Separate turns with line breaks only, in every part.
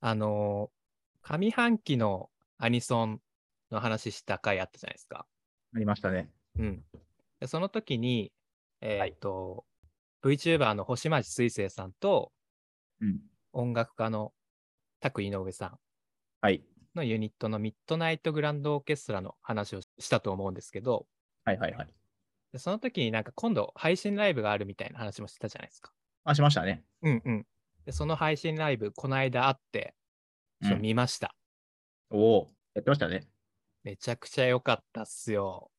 あの、上半期のアニソンの話した回あったじゃないですか。
ありましたね。
うん。でその時に、えっ、と、VTuber の星町水星さんと
うん。
音楽家の拓井上さん
はい。
のユニットのミッドナイトグランドオーケストラの話をしたと思うんですけど、
はいはいはい。
でその時になんか今度配信ライブがあるみたいな話もしてたじゃないですか。
あ、しましたね。
うんうん。で、その配信ライブ、この間あって、ちょっと
うん
見ました。
おお、やってましたね。
めちゃくちゃ良かったっすよ。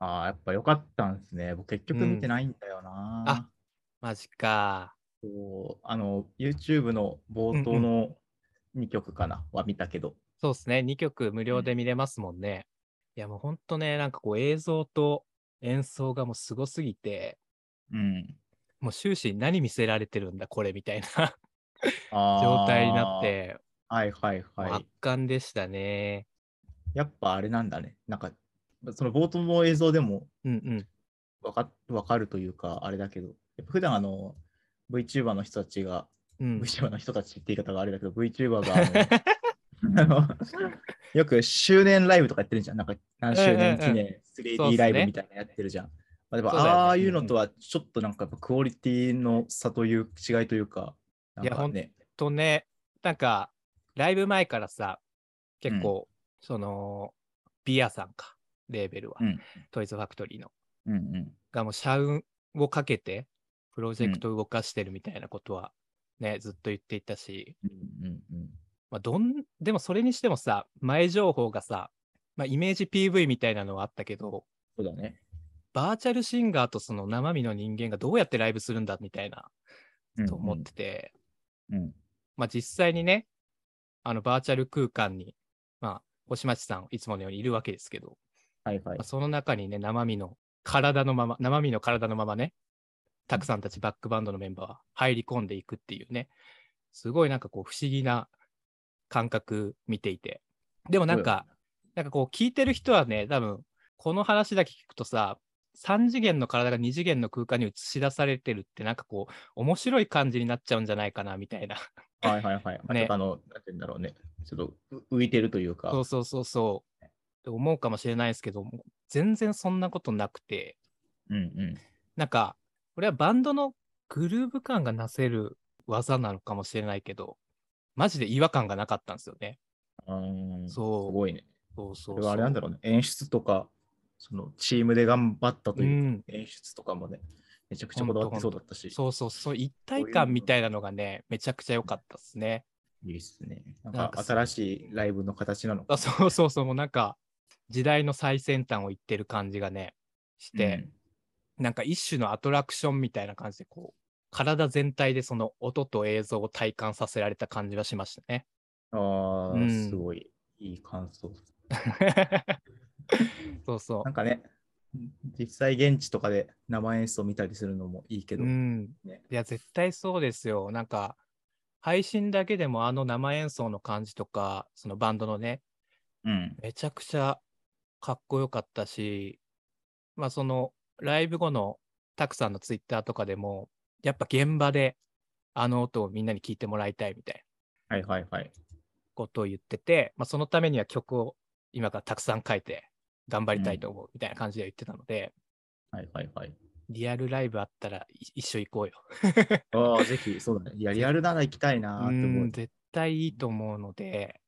ああ、やっぱ良かったんですね。僕結局
うん
見てないんだよな。
あマジか。
そうあの、YouTube の冒頭の2曲かな、は見たけど。
そうですね。2曲無料で見れますもんね。いや、もうほんとね、なんかこう映像と演奏がもうすごすぎて、
うん。
もう終始何見せられてるんだ、これみたいな
あー
状態になっ。て、
はいはい
もう
は
圧
い。
巻でしたね。
やっぱあれなんだね。なんか、その冒頭の映像でも
うんうん。
わかわかるというか、あれだけど、やっぱ普段あの、VTuber の人たちが
うん
VTuber の人たちって言い方があれだけど、VTuber があのあのよく周年ライブとかやってるじゃん。なんか何周年記
うんうん
念
そうっすね
3D ライブみたいなのやってるじゃん。まあでも
そうだよね
ああいうのとはちょっとなんかやっぱクオリティの差という違いというか、なん
いや
かね、
とね、なんか、ライブ前からさ、結構、その、ビアさんか、レーベルは、
うん
トイズファクトリーの、
うんうん。
がもう社運をかけて、プロジェクトを動かしてるみたいなことは、ね、ずっと言っていたし、
うんうんうん
まあ、どん、でもそれにしてもさ、前情報がさ、まあ、イメージ PV みたいなのはあったけど、
そうだね。
バーチャルシンガーとその生身の人間がどうやってライブするんだみたいな、と思ってて、
うんうん。
まあ、実際にね、あの、バーチャル空間に、まあ、星町さん、いつものようにいるわけですけど、
はいはい
まあ、。その中にね、生身の体のまま、生身の体のままね、たくさんたちバックバンドのメンバーは入り込んでいくっていうね、すごいなんかこう不思議な感覚見ていて。でもなんか、なんかこう聞いてる人はね、多分この話だけ聞くとさ、3次元の体が2次元の空間に映し出されてるってなんかこう面白い感じになっちゃうんじゃないかなみたいな。
はいはいはい。まあ
ね
ちょっとあの、なんて言うんだろうね。ちょっとう浮いてるというか。
そうそうそうそう。って思うかもしれないですけど、全然そんなことなくて、
うんうん。
なんか、これはバンドのグルーヴ感がなせる技なのかもしれないけど、マジで違和感がなかったんですよね。
うーんす
そう。
ごいね。
そうそう
これはあれなんだ
ろ
ろうね。演出とか、そのチームで頑張ったと
う
いうか
ん。
演出とかもね、めちゃくちゃこだわってそうだったし、
そうそうそう。一体
こういうの
感みたいなのがね、めちゃくちゃ良かったですね。
いいですね。なん
なん
か
かそう
新しいライブの形なのか
あそうそうそう。もうなんか、時代の最先端を言ってる感じがね、して、、なんか一種のアトラクションみたいな感じで、こう、体全体でその音と映像を体感させられた感じがしました ね。
うんああ、
うん
すごいいい感想。
そうそう
な。んかね、実際現地とかで生演奏見たりするのもいいけど、
うん。
ね
いや、絶対そうですよ。なんか、配信だけでもあの生演奏の感じとか、そのバンドのね、
うん
めちゃくちゃかっこよかったし、まあその、ライブ後のたくさんのツイッターとかでも、やっぱ現場であの音をみんなに聞いてもらいたいみたいな
はいはいはい。
ことを言ってて、まあそのためには曲を今からたくさん書いて頑張りたいと思うみたいな感じで言ってたので、
はいはいはい。
リアルライブあったらい一緒行こうよ。
ああ、ぜひ、そうだ ね。いや、リアルなら行きたいなーっ
う
て思う。
ん絶対いいと思うので、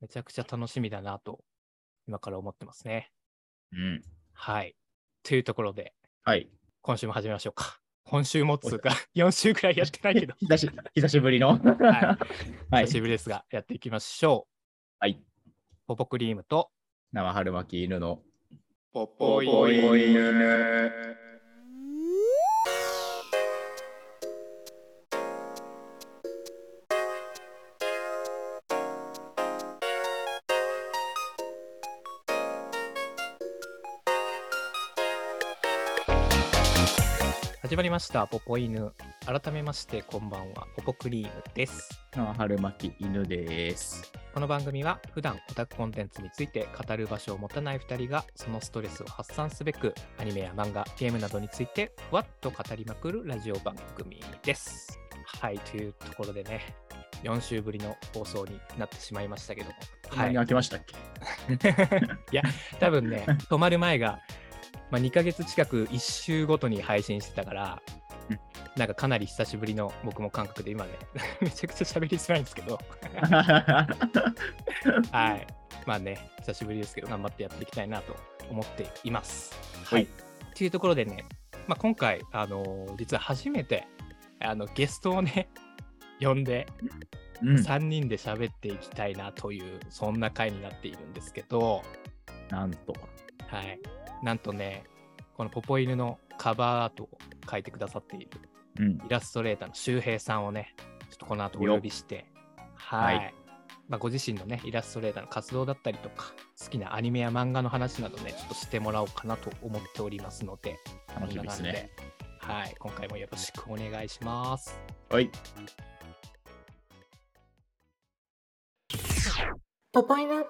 めちゃくちゃ楽しみだなと、今から思ってますね。
うん。
はい。というところで、
はい。
今週も始めましょうか。今週もっつうか、4週くらいやってないけど、
久し久しぶり
は
の。は
久しぶりですが、やっていきましょ
はい。
う。ポポクリームと、
生春巻き犬の。
ポ
ぽい犬。
始まりました、ポポイヌ。改めまして、こんばんは、ポポクリームです。
生春巻き犬です。
この番組は普段オタクコンテンツについて語る場所を持たない2人がそのストレスを発散すべくアニメや漫画ゲームなどについてふわっと語りまくるラジオ番組です。はいというところでね4週ぶりの放送になってしまいましたけども、は
何
い、
開けましたっけ
多分ね、止まる前が、まあ、2ヶ月近く1週ごとに配信してたから
うん、
なんかかなり久しぶりの僕も感覚で今ね、 めちゃくちゃ喋りづらいんですけど、はい。まあね、久しぶりですけど、頑張ってやっていきたいなと思っています。
はい。
というところでね、まあ、今回、あのー実は初めて、あの、ゲストをね、 呼んで、
うん、
3人で喋っていきたいなという、そんな回になっているんですけど、
なんと。
はい。なんとね、このポポ犬のカバーアートを描いてくださっている
うん。
イラストレーターの周平さんをね、ちょっとこの後お呼びして、はい、
はい
まあ、ご自身のね、イラストレーターの活動だったりとか、好きなアニメや漫画の話などね、ちょっとしてもらおうかなと思っておりますので、
楽しみですね。
こんな感じで。はい、今回もよろしくお願いします。
はい。
ポポイヌ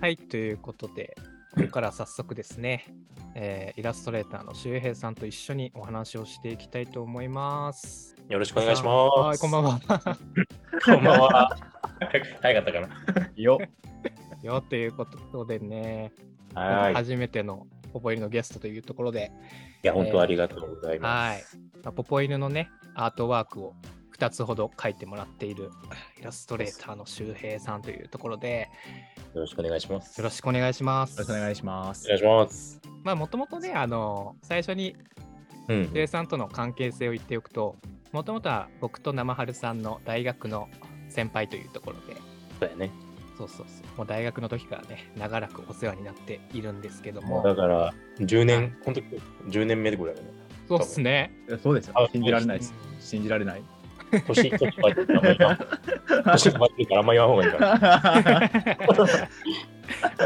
はい、ということで、ここから早速ですね、えーイラストレーターの周平さんと一緒にお話をしていきたいと思います。
よろしくお願いします。
はい、こんばんは。
こんばんは。早かったか
よ。
よということでね、
な。はい。
初めてのポポイルのゲストというところで、
いや、本当ありがとうございま
は
す。
いまあポポイルのね、アートワークを2つほど書いてもらっているイラストレーターの周平さんというところで、
よろしくお願いします。
よろしくお願いします。
よろしくお願
い
いします
お。願いします。
まあ、もともとね、あの、最初に
うん。
周平さんとの関係性を言っておくと、もともとは僕と生春さんの大学の先輩というところで、
そうやね。
そうそうそう、もう大学の時からね、長らくお世話になっているんですけども
もう、だから、10年、本当に10年目ぐらいだね。
そうっすね。
そうですよ
あ。
信じられないで
う
す
ん。
信じられない。
年、年変えてるからあんまり言わん、年変えてるからあんま言わん方がいいから。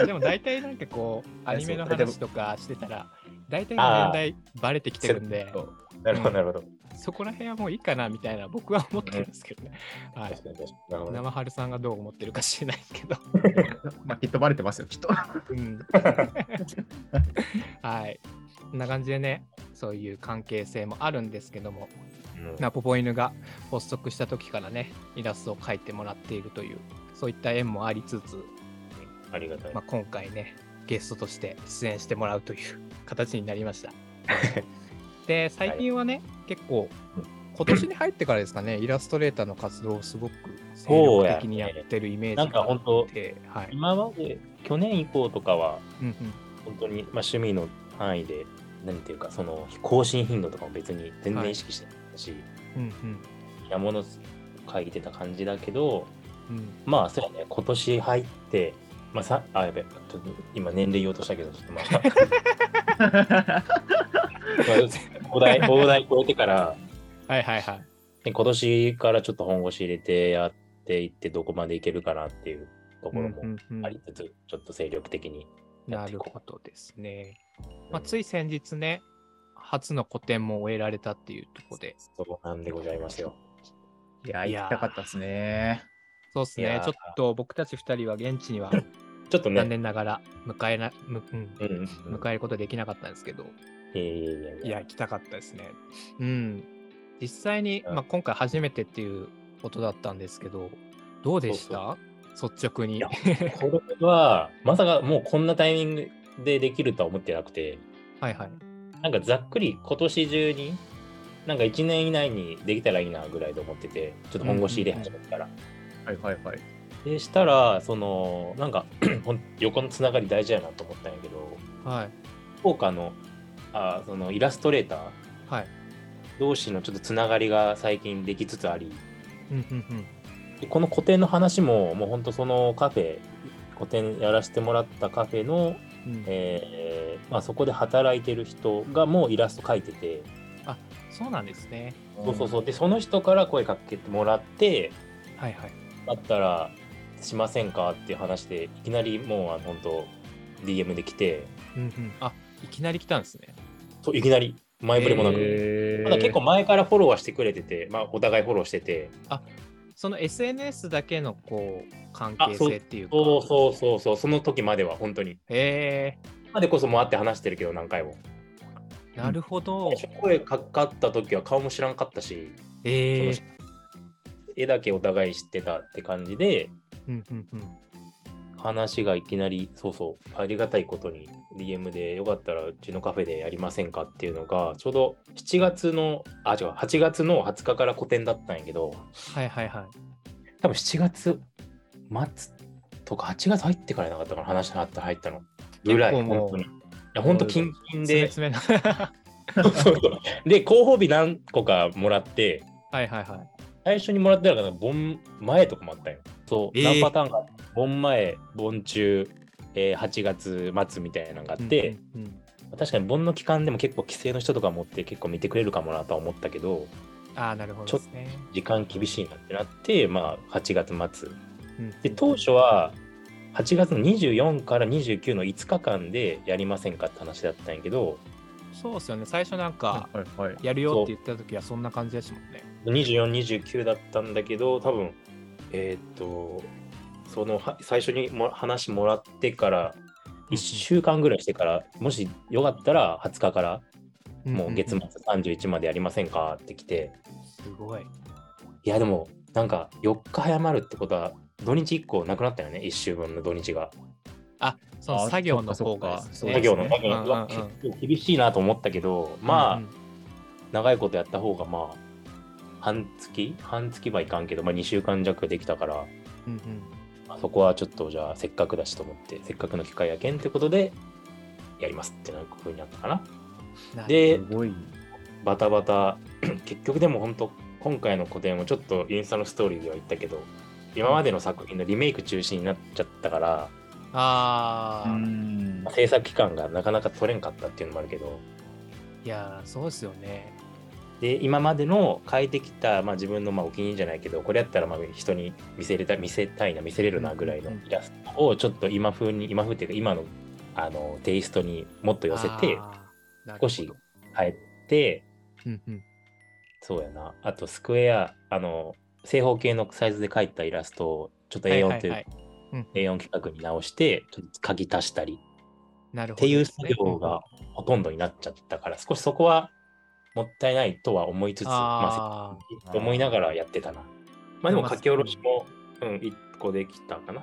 でも大体なんかこう、アニメの話とかしてたら、大体の
あ
年
ー
代バレてきてるんで、
なるほど、なるほど。
そこら辺はもういいかなみたいな僕は思ってるんですけどね。 はい
確。かに確かになるほどね。
生春さんがどう思ってるか知らないけど。
まあ、きっとバレてますよ、きっと。
うん。 はい。こんな感じでね、そういう関係性もあるんですけども、
うん
なポポ犬が発足した時からね、イラストを描いてもらっているという、そういった縁もありつつ、
ありがたい
まあ、。今回ねゲストとして出演してもらうという形になりま したで最近はね、結構
うん
今年に入ってからですかねイラストレーターの活動をすごく精
そう
力
やね
的にやってるイメージ
なんか本当
っ、てはい、
今まで、去年以降とかは、
うん
本当に、まあ、趣味の範囲で、何ていうか、その、更新頻度とかも別に全然意識してないし、
うんうん
いやもの書いてた感じだけど、
うんうん
まあそうやね、今年入って、まあさ、あ、やべ、ちょっと今年齢言おうとしたけど、ちょっ とまあ、まあ大台、大台超えてから、
はいはいはい
で今年からちょっと本腰入れてやっていって、どこまでいけるかなっていうところも
うんうんうん
ありつつ、ちょっと精力的に。
なるほどですね、まあ、つい先日ね初の個展も終えられたっていうところで
そうなんでございますよ。
いや、行きたかったですね。
そうです
い
ね
やー
ちょっと僕たち2人は現地に は
ちょっと
残
ね、
念ながら迎えな、むうん、
うんうんうん。
迎えることできなかったんですけど、
いやいやいやいや
いや、行きたかったですね。うん。実際に、
うん
まあ、今回初めてっていうことだったんですけど、どうでした率直に。
いやこれは、まさかもうこんなタイミングでできるとは思ってなくて、
はいはい。
なんかざっくり今年中に、なんか1年以内にできたらいいなぐらいで思ってて、ちょっと本腰入れ始めてから。
はいはいはい。
でしたら、その、なんか ほん横のつながり大事やなと思ったんやけど、
はい。
福岡のあそのイラストレーター
はい。
同士のちょっとつながりが最近できつつあり、
うんうんうん。
でこの個展の話も、もう本当そのカフェ、個展やらせてもらったカフェの、
うん
えーまあ、そこで働いてる人がもうイラスト描いてて、
そうなんですね。
そうそうそう。で、その人から声かけてもらって、
はいはい。
だったらしませんかっていう話で、いきなりもう、あの本当 DM で来て、
うんうん。あ、いきなり来たんですね。
そういきなり前触れもなく、
へー
ただ結構前からフォローはしてくれてて、まあ、お互いフォローしてて、
その SNS だけのこう、関係性っていうか。
そうそうそうそう、その時までは本当に。
へえ。
今までこそもう会って話してるけど、何回も。
なるほど
最。初声かかった時は顔も知らんかったし、
ええ
その絵だけお互い知ってたって感じで、
うんうんうん。
話がいきなり、そうそう、ありがたいことに DM でよかったらうちのカフェでやりませんかっていうのが、ちょうど7月の、あ、違う、8月の20日から個展だったんやけど、
はいはいはい。
多分7月末とか8月入ってからやなかったかな、話しなかった入ったの。ぐらい、
結構もう
本当に。いや、本当キンキン
で、
で、
爪なは
そうそうで、広報日何個かもらって、
い はいはい。
最初にもらったのが、盆前とかもあったよ。そう、
えー
何パターンかあった、盆前、盆中、えー8月末みたいなのがあって、
うんうんうん
確かに盆の期間でも結構帰省の人とか持って結構見てくれるかもなとは思ったけど、
ああ、なるほどですね。
時間厳しいなってなって、まあ、8月末。
うん
で、当初は、8月の24から29の5日間でやりませんかって話だったんやけど、
そうですよね。最初なんか、
はいはい。
やるよって言った時はそんな感じですもんね。
24、29だったんだけど、多分えーっと、そのは最初にも話もらってから、1週間ぐらいしてから、もしよかったら20日から、もう月末
んん
31までやりませんかって来て、
すごい。
いやでもなんか4日早まるってことは土日1個なくなったよね1週分の土日が
その作業の方がです
そう
ね、
で
作業
す
の作業のうわ
うんうんうん
結構厳しいなと思ったけどまあ、
うんうん
長いことやった方がまあ半月半月はいかんけど、まあ、2週間弱できたから、
うんうん
まあそこはちょっとじゃあせっかくだしと思ってせっかくの機会やけんってことでやりますってなる風になったかな
なる
です
ごい。
バタバタ 結局でも本当今回の個展もちょっとインスタのストーリーでは言ったけど今までの作品のリメイク中止になっちゃったから、
ああ、
うん
まあ制作期間がなかなか取れんかったっていうのもあるけど
いやー、そうですよね。
で今までの変えてきた、まあ、自分のまあお気に入りじゃないけどこれやったらまあ人に見せれた見せたいな見せれるなぐらいの
うん
イラストをちょっと今風に今風っていうか今のあのテイストにもっと寄せて
あー、なるほど
少し変えて
うんうん
そうやなあとスクエアあの正方形のサイズで描いたイラストをちょっと A4 という、
はいはいはいうん、
A4 規格に直してちょっと書き足したり
なる
っ
ほど
ていう
です
作
ね
業がほとんどになっちゃったから、少しそこはもったいないとは思いつつ、ま
あ
あ、思いながらやってたな。まあでも
まあ
書き下ろしも、うん、一個できたかな。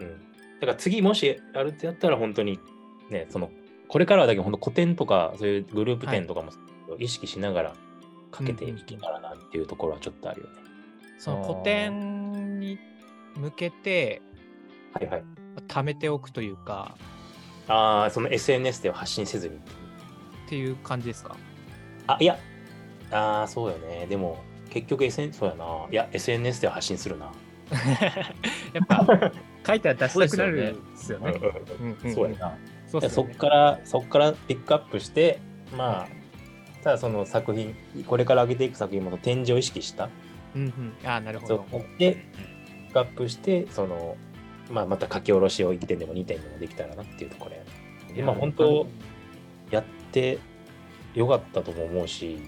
うん。だから次もしやるってやったら本当に、ね、その、これからはだけど本当古典とか、そういうグループ展とかも意識しながら書けていけたらなっていうところはちょっとあるよね。
ーその古典に向けて
はいはい。
貯めておくというか
ああ、その SNS では発信せずにっていう
っていう感じですか
あ、いや、ああ、そうよね。でも、結局 SNS、そうやな。いや、SNS では発信するな。
やっぱ書いたら出したくなるんですよ
うんうん
ね。
うん
んんん
そうやな。
そう
で
です
そ
よ
っ
ね
から、そっからピックアップして、まあ、ただその作品、これから上げていく作品も展示を意識した
うんうん、ああなるほ
そ
ど。
こでピックアップして、その、まあ、また書き下ろしを1点でも2点でもできたらなっていうところやね。今、本当、やってよかったとも思うし、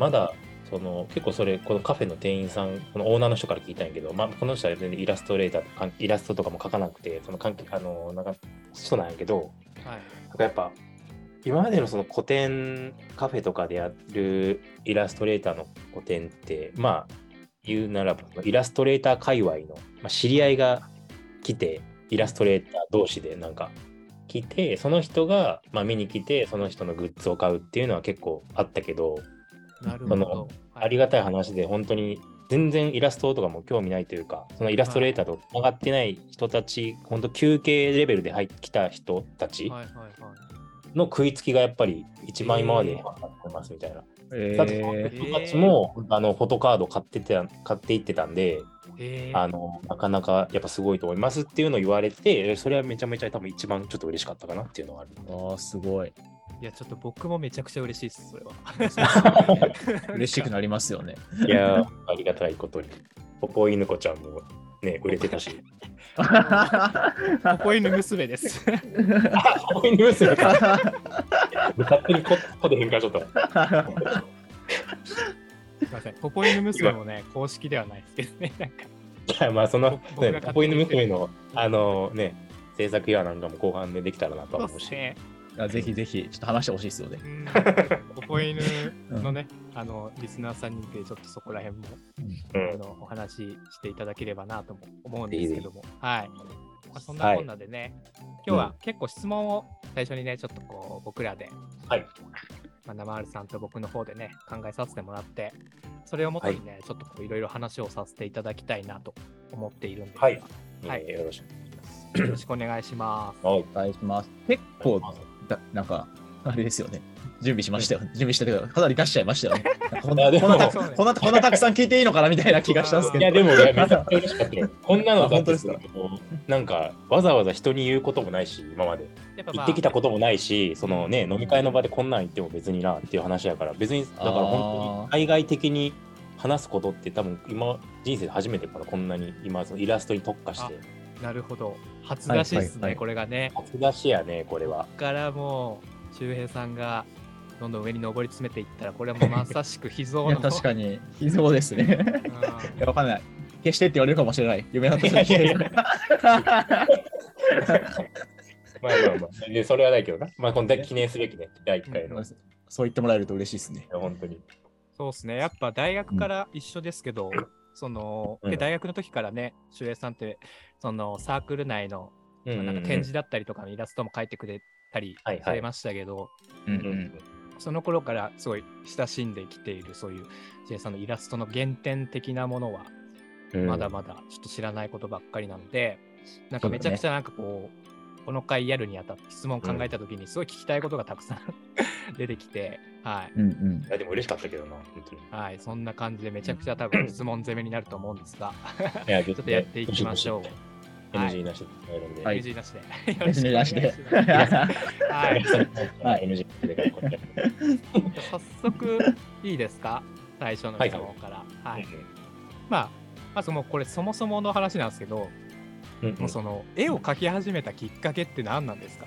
まだその結構それこのカフェの店員さんこのオーナーの人から聞いたんやけど、まあ、この人は全然イラストレーターとかイラストとかも描かなくてその関係あのなんか人なんやけど
はい、
なんかやっぱ今までのその古典カフェとかでやるイラストレーターの古典ってまあ言うならばそのイラストレーター界隈の、まあ、知り合いが来てイラストレーター同士でなんか来てその人が、まあ、見に来てその人のグッズを買うっていうのは結構あったけど、
なるほ
その
ど。
ありがたい話で本当に全然イラストとかも興味ないというかそのイラストレーターと繋がってない人たち本当休憩レベルで入ってきた人たち
はいはいはいはい。
の食いつきがやっぱり一番今まで
えー
良かったと思いますみたいな。
え
だってその
ー
人たちも、あのフォトカード買ってて買っていってたんで、
えー、
あのなかなかやっぱすごいと思いますっていうのを言われてそれはめちゃめちゃ多分一番ちょっと嬉しかったかなっていうのはある。
ああ、すごい。
いや、ちょっと僕もめちゃくちゃ嬉しいです、そ れは。
嬉しく
な
なりますよね。
いやーありがたいことに。ポポイヌコちゃんもね売れてたし。
る。ここ犬娘です。
ポポイヌ娘か勝手にここで変換しちゃった。
すいません。ポポ犬娘もね、公式ではないですけどね。なんか
いやまあその、
僕
ね、
が勝手に
ポポイヌ娘のあのね制作やなんかも後半でできたらなとは
そう
思う
です
し。
ね。
あぜひぜひ、ちょっと話してほしいですので。
うん、ポポイヌのね、あの、リスナーさんにて、ちょっとそこら辺も、
う
あ
ん、
の、お話ししていただければなとも思うんですけども、はい。まあ、そんな
はい
こんなでね、今日は結構質問を最初にね、ちょっとこう、僕らで、
はい。
まあ、生春さんと僕の方でね、考えさせてもらって、それをもとにね、ちょっとこう、いろいろ話をさせていただきたいなと思っているんですが、
はい
はい
えーよろしく
よろしくお願いします。
はい
お願いします。結構、だなんか、あれですよね。準備しましたよ。準備したけど、かなり出しちゃいましたよ ね。こん
いや
な、
で
こ
も
んな
そうね
こんな、こんなたくさん聞いていいのかなみたいな気がしたんですけ
い
ど。
やでもね、めちゃくちゃ嬉しかったよ。こんなの
あ
だ
本
っ
当で
て
すか
こうなんかわざわざ人に言うこともないし、今まで。
やっぱ
行
まあ
ってきたこともないし、そのね、飲み会の場でこんなん言っても別になっていう話やから、別に、だから本当
あー
に対外的に話すことって多分今、人生で初めてからこんなに今、そのイラストに特化して、
なるほど。初出しですね、
はいはいはい
これがね。
初出しやね、これは
こ。っからもう、周平さんがどんどん上に上り詰めていったら、これはもうまさしく秘
い
蔵
や
の。
確かに、そうですね。
に。
いや、わかんない。消してって言われるかもしれない。夢の
いやいやいやまあまあまあ、でそれはないけどな。まあ、こんだけ記念すべきね、第1回の。い
そう言ってもらえると嬉しいですね。
や本当に。
そうですね。やっぱ大学から一緒ですけど、その、
う
で、
ん
大学の時からね、周平さんって、そのサークル内の、
うんう
ま
んう
あ
ん
なんか展示だったりとかのイラストも描いてくれたり
はいはい
されましたけど、
うん
うんうん
その頃からすごい親しんできている、そういう周平さんのイラストの原点的なものは、
うん
まだまだちょっと知らないことばっかりなので、なんかめちゃくちゃなんかこう、この回やるにあたって質問を考えたときに、すごい聞きたいことがたくさん 出てきて、はい。
うんうん
い。やでも嬉しかったけどな、本当に。
はい、そんな感じでめちゃくちゃ多分質問攻めになると思うんですが、
いや、ち
ちょっとやっていきましょう。はい
NG なしでやるんで。
はい
NG なし で。
NG なしで
よろくお願いしますはい。じゃ
は
はいい。NG でからこっち
あ早速、いいですか最初の質問から。はい、まあ、まずもうこれそもそもの話なんですけど、
うん
もうその、絵を描き始めたきっかけって何なんですか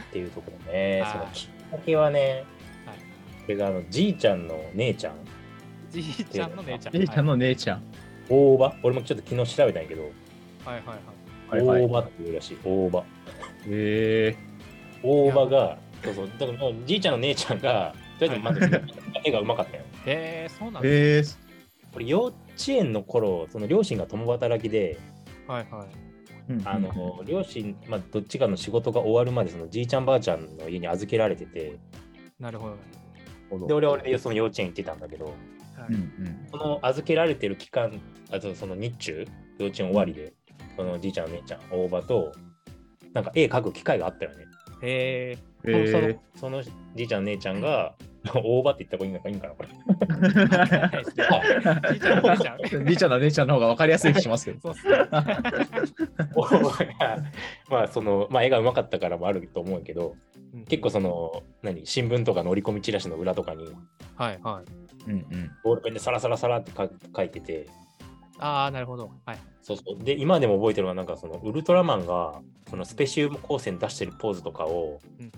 っていうところね
はい。
そのきっかけはね
はい、
これがあのじいちゃんの姉ちゃん、
じいちゃんの姉ちゃん。
じいちゃんの姉ちゃん。
大場、俺もちょっと昨日調べたんやけど、
はいはいはいはい。
はいはい
大場っていうらしい、大場。
え
大場が、そうそう、だからもうじいちゃんの姉ちゃんが、とりあえずまず絵がうまかったよ。
へえそうなん
ー、
ですね
えー、
これ幼稚園の頃、その両親が共働きで、
はいはい。
うん
あの両親、まあ、どっちかの仕事が終わるまでそのじいちゃんばあちゃんの家に預けられてて
なるほど。
で俺は俺でその幼稚園行ってたんだけど
はい
うんうん。
その預けられてる期間あとその日中幼稚園終わりでそのじいちゃん姉ちゃん大場となんか絵描く機会があったよね、
へえ
えー、
そのそのじいちゃん姉ちゃんが 大場って言った方がいいのかいいんかなこ
じいちゃん
れ
の姉ちゃん。
じいちゃんの姉ちゃんの方が分かりやすい気しますけど。
そうっすね。
大場がまあその、まあ、絵がうまかったからもあると思うけど結構その何新聞とかの折り込みチラシの裏とかに
構。はいはい。
うんうん。
ボールペンでサラサラサラって書書いてて
ああ、なるほど。はい。
そうそう。で、今でも覚えてるのは、なんかそのウルトラマンが、そのスペシウム光線出してるポーズとかを、
うんうん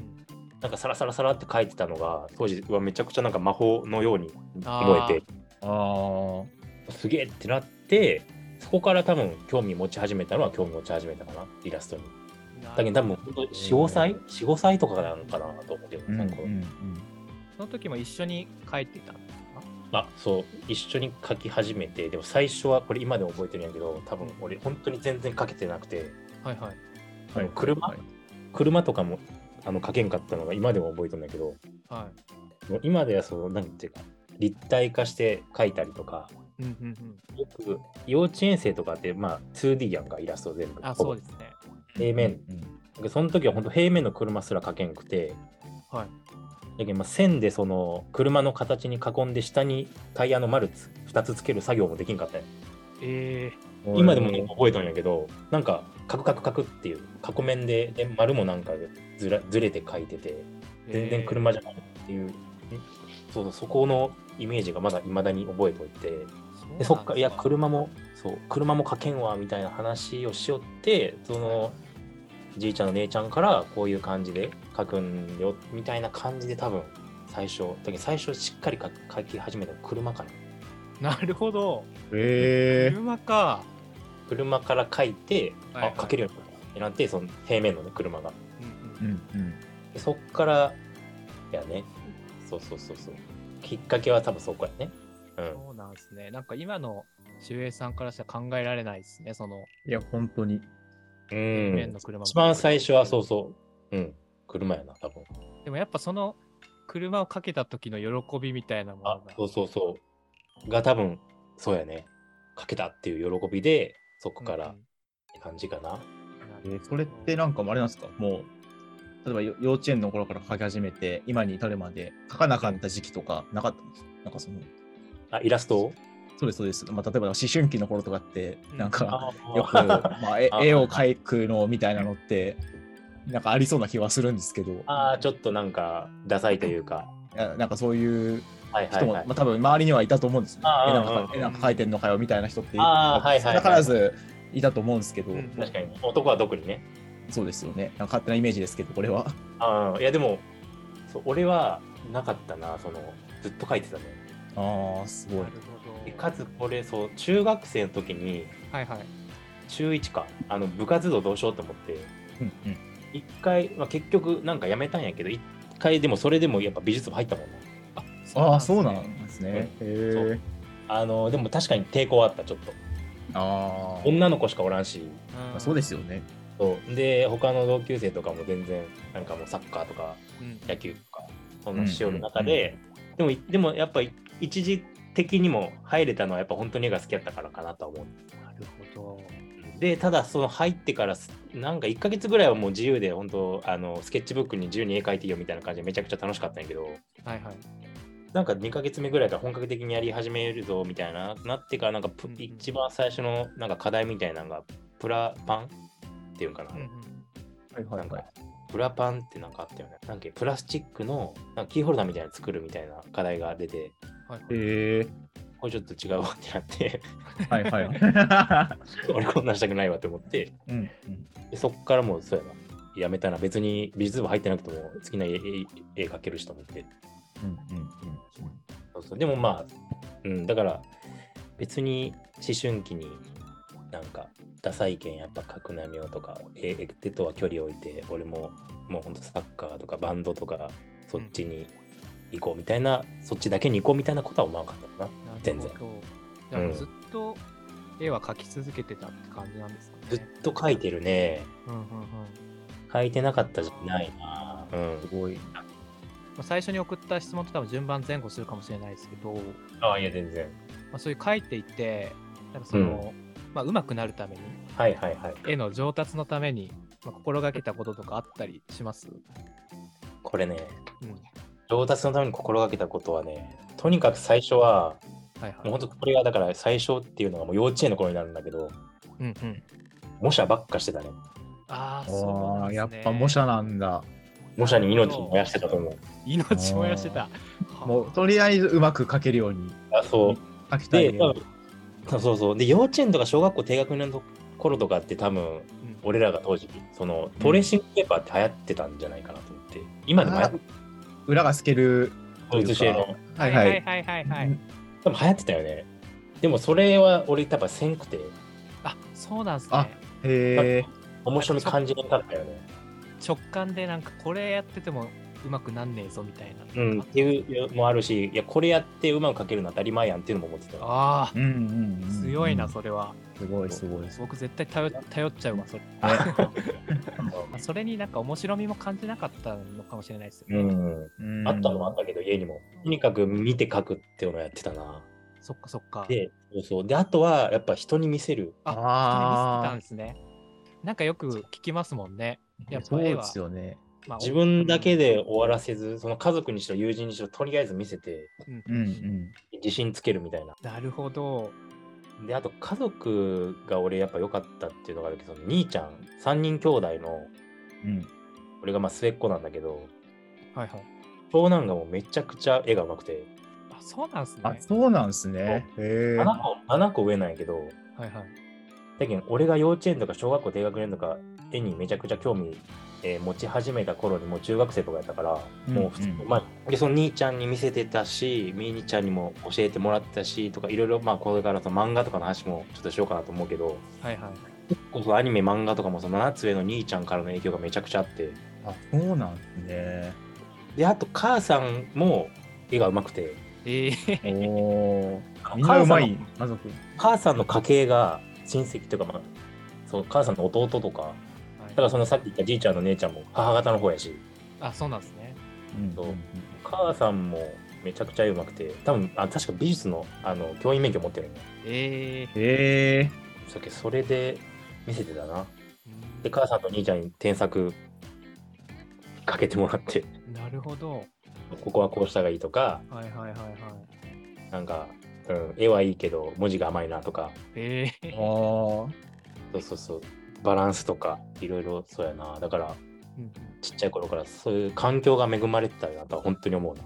なんかサラサラサラって書いてたのが、当時はめちゃくちゃなんか魔法のように覚えて、
あ
すげえってなって、そこから多分興味持ち始めたのは興味持ち始めたかな、イラストに。だけど多分本当4、5歳 ?4、5歳とかなのかなと思ってる、
あ。うんう
なんんか
その時も一緒に書いてたんですか
あ、そう、一緒に書き始めて、でも最初はこれ今でも覚えてるんやけど、多分俺本当に全然書けてなくて、
はいはい。
うん。はい
車車とかもあの書けんかったのが今でも覚えてるんだけど、
は
もう今ではそのなんていうか立体化して描いたりとか
い。うんうんうん。
よく幼稚園生とかってまあ 2D やんかイラスト全部
あそうですね。
平面。
うん
でその時は本当平面の車すら描けんくて
はい。
だけどまあ線でその車の形に囲んで下にタイヤの丸つ2つつける作業もできんかったんよ
え
うん
今でもなんか覚えたんやけどなんかカクカクカクっていう囲面でで丸もなんかずらずれて描いてて
ー
全然車じゃないっていう、そうそうそこのイメージがまだ未だに覚えておいて
うなん
ですそっからいや車もそう車もかけんわみたいな話をしよってそのじいちゃんの姉ちゃんからこういう感じで書くんよみたいな感じで多分最初だけど最初しっかり書く書き始めたの車かな
なるほど。
え
車か。
車から書いて、
はいはい
あ書けるようになったってなってその平面のね車が
うん
ー。う
うん
んうん。
でそっからやねそうそうそうそうきっかけは多分そこやねうん
そうなんですね。なんか今の守衛さんからしたら考えられないですね、その、
いや、本当に。
う
面
ん
の車も
一番最初はそうそううん車やな多分
でもやっぱその車をかけた時の喜びみたいなもの
あ
が
そうそうそうが多分そうやねかけたっていう喜びでそこから
う
っ
ん
て感じかな、
えーそれってなんかもうあれなんですかもう、例えばよ幼稚園の頃から書き始めて、今に至るまで書かなかった時期とかなかったんですなんかその、
あイラストを
そうです、そうです。まあ、例えば思春期の頃とかって、なんか、よく、
あ
まあ、絵
あー
絵を描くのみたいなのって、なんかありそうな気はするんですけど、
あーちょっとなんかダサいというか、
いやなんかそういう
はいは
人
い
も、
はい
まあ、多分周りにはいたと思うんですよ、ね
あー
絵なん
うんうん
か
うん
絵なんか描いてんのかよみたいな人って、
あーはいはいはい
少なからずいたと思うんですけど、
うん
確かに男は特にね
そうですよね。なんか勝手なイメージですけど、これは。
ああいやでもそう俺はなかったなそのずっと書いてたね
ああ、すごい
な。るほ
で
ど
かつこれそう中学生の時に
はいはい。
中1かあの部活動どうしようと思って
うんうん。
一回、まあ、結局なんかやめたんやけど一回でもそれでもやっぱ美術部入ったもんな
ああ、
そ
そう
う
な
なんですね
んですね。へ
そう
え。
あのでも確かに抵抗はあったちょっと
ああ。
女の子しかおらんし
まあそう
で
ですよね。
そうで他の同級生とかも全然なんかもうサッカーとか
す。うん
野球とかそのしおる中で、でもでもやっぱり一時的にも入れたのはやっぱ本当に絵が好きやったからかなとは思う
なるほど。
でただその入ってからすなんか1ヶ月ぐらいはもう自由で本当あのスケッチブックに自由に絵描いていいよみたいな感じでめちゃくちゃ楽しかったんやけど
はいはい。
なんか2ヶ月目ぐらいから本格的にやり始めるぞみたいななってからなんかプ
うんうん
一番最初のなんか課題みたいなのがプラパンっていうんかな、
うんうん
はい
なんか。プラパンってなんかあったよねなんかプラスチックのなんかキーホルダーみたいなの作るみたいな課題が出て
はいはい
へえ。
これちょっと違うわってなって
はいは
俺こんなんしたくないわって思って
い。うん。
でそっからもうそうやな。やめたな。別に美術部入ってなくても好きな絵絵絵描けるしと思って。
うんうん
そうそうでもまあ、うん、だから別に思春期になんかダサいけんやっぱ格なみをとか絵絵手とは距離を置いて俺ももうほんとサッカーとかバンドとかそっちに行こうみたいな、そっちだけに行こうみたいなことは思わなかった
なる
な。
ほど
全然。
じゃあ
うん
ずっと絵は描き続けてたって感じなんですか
ず
ね。
っと描いてるね。
うんうんうん
描いてなかったじゃないな。うん
す。ごい。
まあ最初に送った質問と多分順番前後するかもしれないですけど、
ああ、いや全然。
まあ、そういう書いていって、なんかその、まあ上手くなるために、
はいはいはい。
絵の上達のために、まあ、心がけたこととかあったりします、
これね、
うん、は
上達のために心がけたことはねとにかく最初はい
はい。
もう本当これがだから最初っていうのがもう幼稚園の頃になるんだけど
うんうん。
模写ばっかしてたね
ああ、そうな
あ
ん
あ、
で
や
す
っ
ね。
ぱ模写なんだ。
模写に命燃やしてたと思う
命燃やしてた。
も
は
うとりあえずうまく描けるように
あそう
描きたい
で
ね。
多分そうそうそうで幼稚園とか小学校低学年の頃とかって多分
あうん
俺らが当時そのトレーシングペーパーって流行ってたんじゃないかなと思って今でも流行って
裏が透ける。
ドイツ製の
は
はいい
は
はいい。はいはいはい。
多分流行ってたよねでもそれは俺多分せんくて
あそうなんです
あ
ね。
へえ。
面白み感じなかったよね
直感でなんかこれやっててもうまくなんねえぞみたいな。
うんっていうのもあるしいやこれやってうまく描けるの当たり前やんっていうのも思ってた
ああ、
うんうんうん。
強いな、それは。
すごいすごい。
僕絶対頼頼っちゃうわ、それ。まあ それになんか面白みも感じなかったのかもしれないですよね。
うん、
うん
あったのはあったけど、家にも。とにかく見て書くっていうのをやってたな。
そっかそっか。
で、そうそう。で、あとは、やっぱ人に見せる。
あ、人
あ
に見せてたんですね。なんかよく聞きますもんね。やっ
そ
ぱ
う
絵
で
は
すよね。
まあ
自分だけで終わらせず、その家族にしろ友人にしろ、とりあえず見せて、
うん
うんうん。
自信つけるみたいな。
なるほど。
で、あと、家族が俺やっぱ良かったっていうのがあるけど、その兄ちゃん、3人兄弟の、
うん。
俺がまあ末っ子なんだけど、
はいはい。
長男がもうめちゃくちゃ絵が上手くて、
あそうなんですね。
あ
は、
そうなんですね。へえ。
7個、7個上なんやけど、
いはい。
だけど俺が幼稚園とか小学校低学年とか絵にめちゃくちゃ興味、えー持ち始めた頃にもう中学生とかやったから、
うん
もう普通
うん
まあ、でその兄ちゃんに見せてたしみーにちゃんにも教えてもらったしとかいろいろまあこれからその漫画とかの話もちょっとしようかなと思うけど
はいはい。
こそアニメ漫画とかもその7つ上の兄ちゃんからの影響がめちゃくちゃあって
あ、そうなんです ね。
であと母さんも絵がうまくて
えー、
おお。みんな
母
う
さ
ま
ん
い
の
家族。
母さんの家系が親戚というか、まあ、そう母さんの弟とか だからそのさっき言ったじいちゃんの姉ちゃんも母方の方やし
あ、そうなんですね。
うん
そう母さんもめちゃくちゃうまくて多分あ確か美術のあの教員免許持ってるんだ
えー
え
っけそれで見せてたな
うん
で母さんと兄ちゃんに添削かけてもらって
なるほど。
ここはこうした方がいいとか
はいはいはいはい。
なんか、うん、絵はいいけど文字が甘いなとか
え
え
ー、
ああ。
そうそうそうバランスとかいろいろそうやなだから
うん
ちっちゃい頃からそういう環境が恵まれてたなとは本当に思うな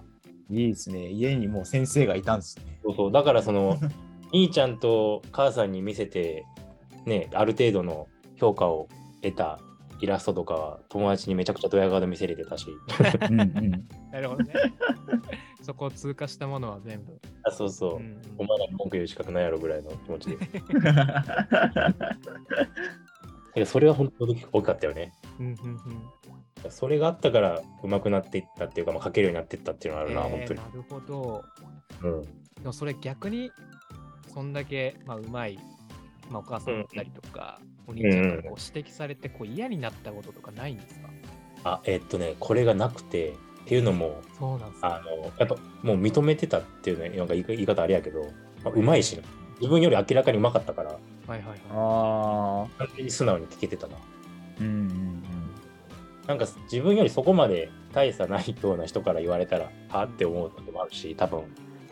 い
いですね。家にもう先生がいたんですね。
そうそうだからその兄ちゃんと母さんに見せてねある程度の評価を得たイラストとかは友達にめちゃくちゃドヤ顔で見せれてたし
うんうん。
なるほどね。そこを通過したものは全部。
あそうそう、
うんうん
お前らに文句言う資格ないやろぐらいの気持ちでだけどそれは本当に大きかったよね
うんうんうん
それがあったから上手くなっていったっていうか、まあ、書けるようになっていったっていうのはあ
え
るな、
ー
本当に
な、るほど。
うん、
でもそれ逆に、そんだけ、まあ、うまい、まあ、お母さんだったりとか、お兄ちゃんからこう指摘されてこう嫌になったこととかないんですか、
あえーっとねこれがなくてっていうのも
そうなんですね
あのやっぱもう認めてたっていうねなんか言い言い方あれやけど、まあ、うまいしな自分より明らかにうまかったから
はいはいはい。
ああ。
完全に素直に聞けてたな
うんうん
なんか自分よりそこまで大差ないような人から言われたらはあって思う時もあるし多分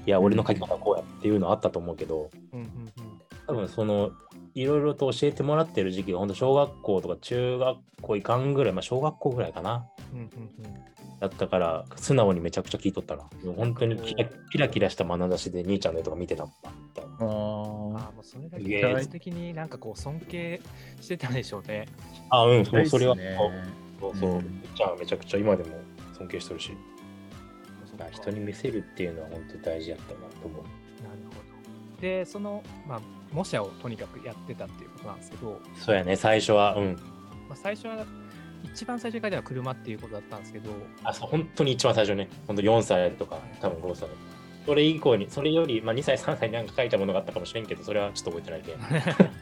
いや俺の書き方はこうやっていうのあったと思うけど
うんうんうん
多分そのいろいろと教えてもらってる時期が本当小学校とか中学校いかんぐらいまあ小学校ぐらいかな
うんうんうん
だったから素直にめちゃくちゃ聞いとったなもう本当にキラキラキラした眼差しで兄ちゃんの絵とか見てたもんな
うん。ああ。
ああ、もうそれだけ
すげえ
基本的になんかこう尊敬してたんでしょうね。
あ、うん、
そ
そううそれは、
ね。
そうそうう、
ん
じゃあめちゃくちゃ今でも尊敬してるし、
そっか
人に見せるっていうのは本当に大事やったなと思う。
なるほど。で、その、まあ、模写をとにかくやってたっていうことなんですけど、
そうやね、最初は、うん。
まあ、最初は、一番最初に書いたのは車っていうことだったんですけど、
あ、そう、本当に一番最初ね、本当4歳とか、多分5歳。それ以降に、それより、まあ、2歳、3歳になんか書いたものがあったかもしれんけど、それはちょっと覚えてないけど、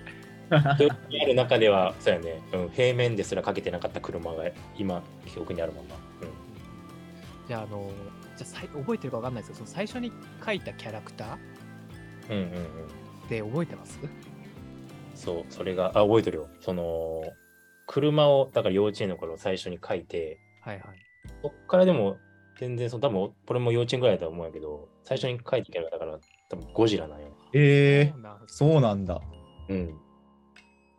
記憶にある中では、そうやね、うん、平面ですらかけてなかった車が今、記憶にあるもんな。うん。
じゃあ、あの、じゃあさい覚えてるかわかんないですけど、その最初に書いたキャラクターっ
うんうんうん。
て覚えてます
そう、それが、あ、覚えてるよ。その、車を、だから幼稚園の頃最初に書いて、
はいはい。
そっからでも、全然その、多分これも幼稚園ぐらいだと思うんやけど、最初に書いてきたのがだから、多分ゴジラなんよ。
ええ
そうなんです
そうなん だ。
うん。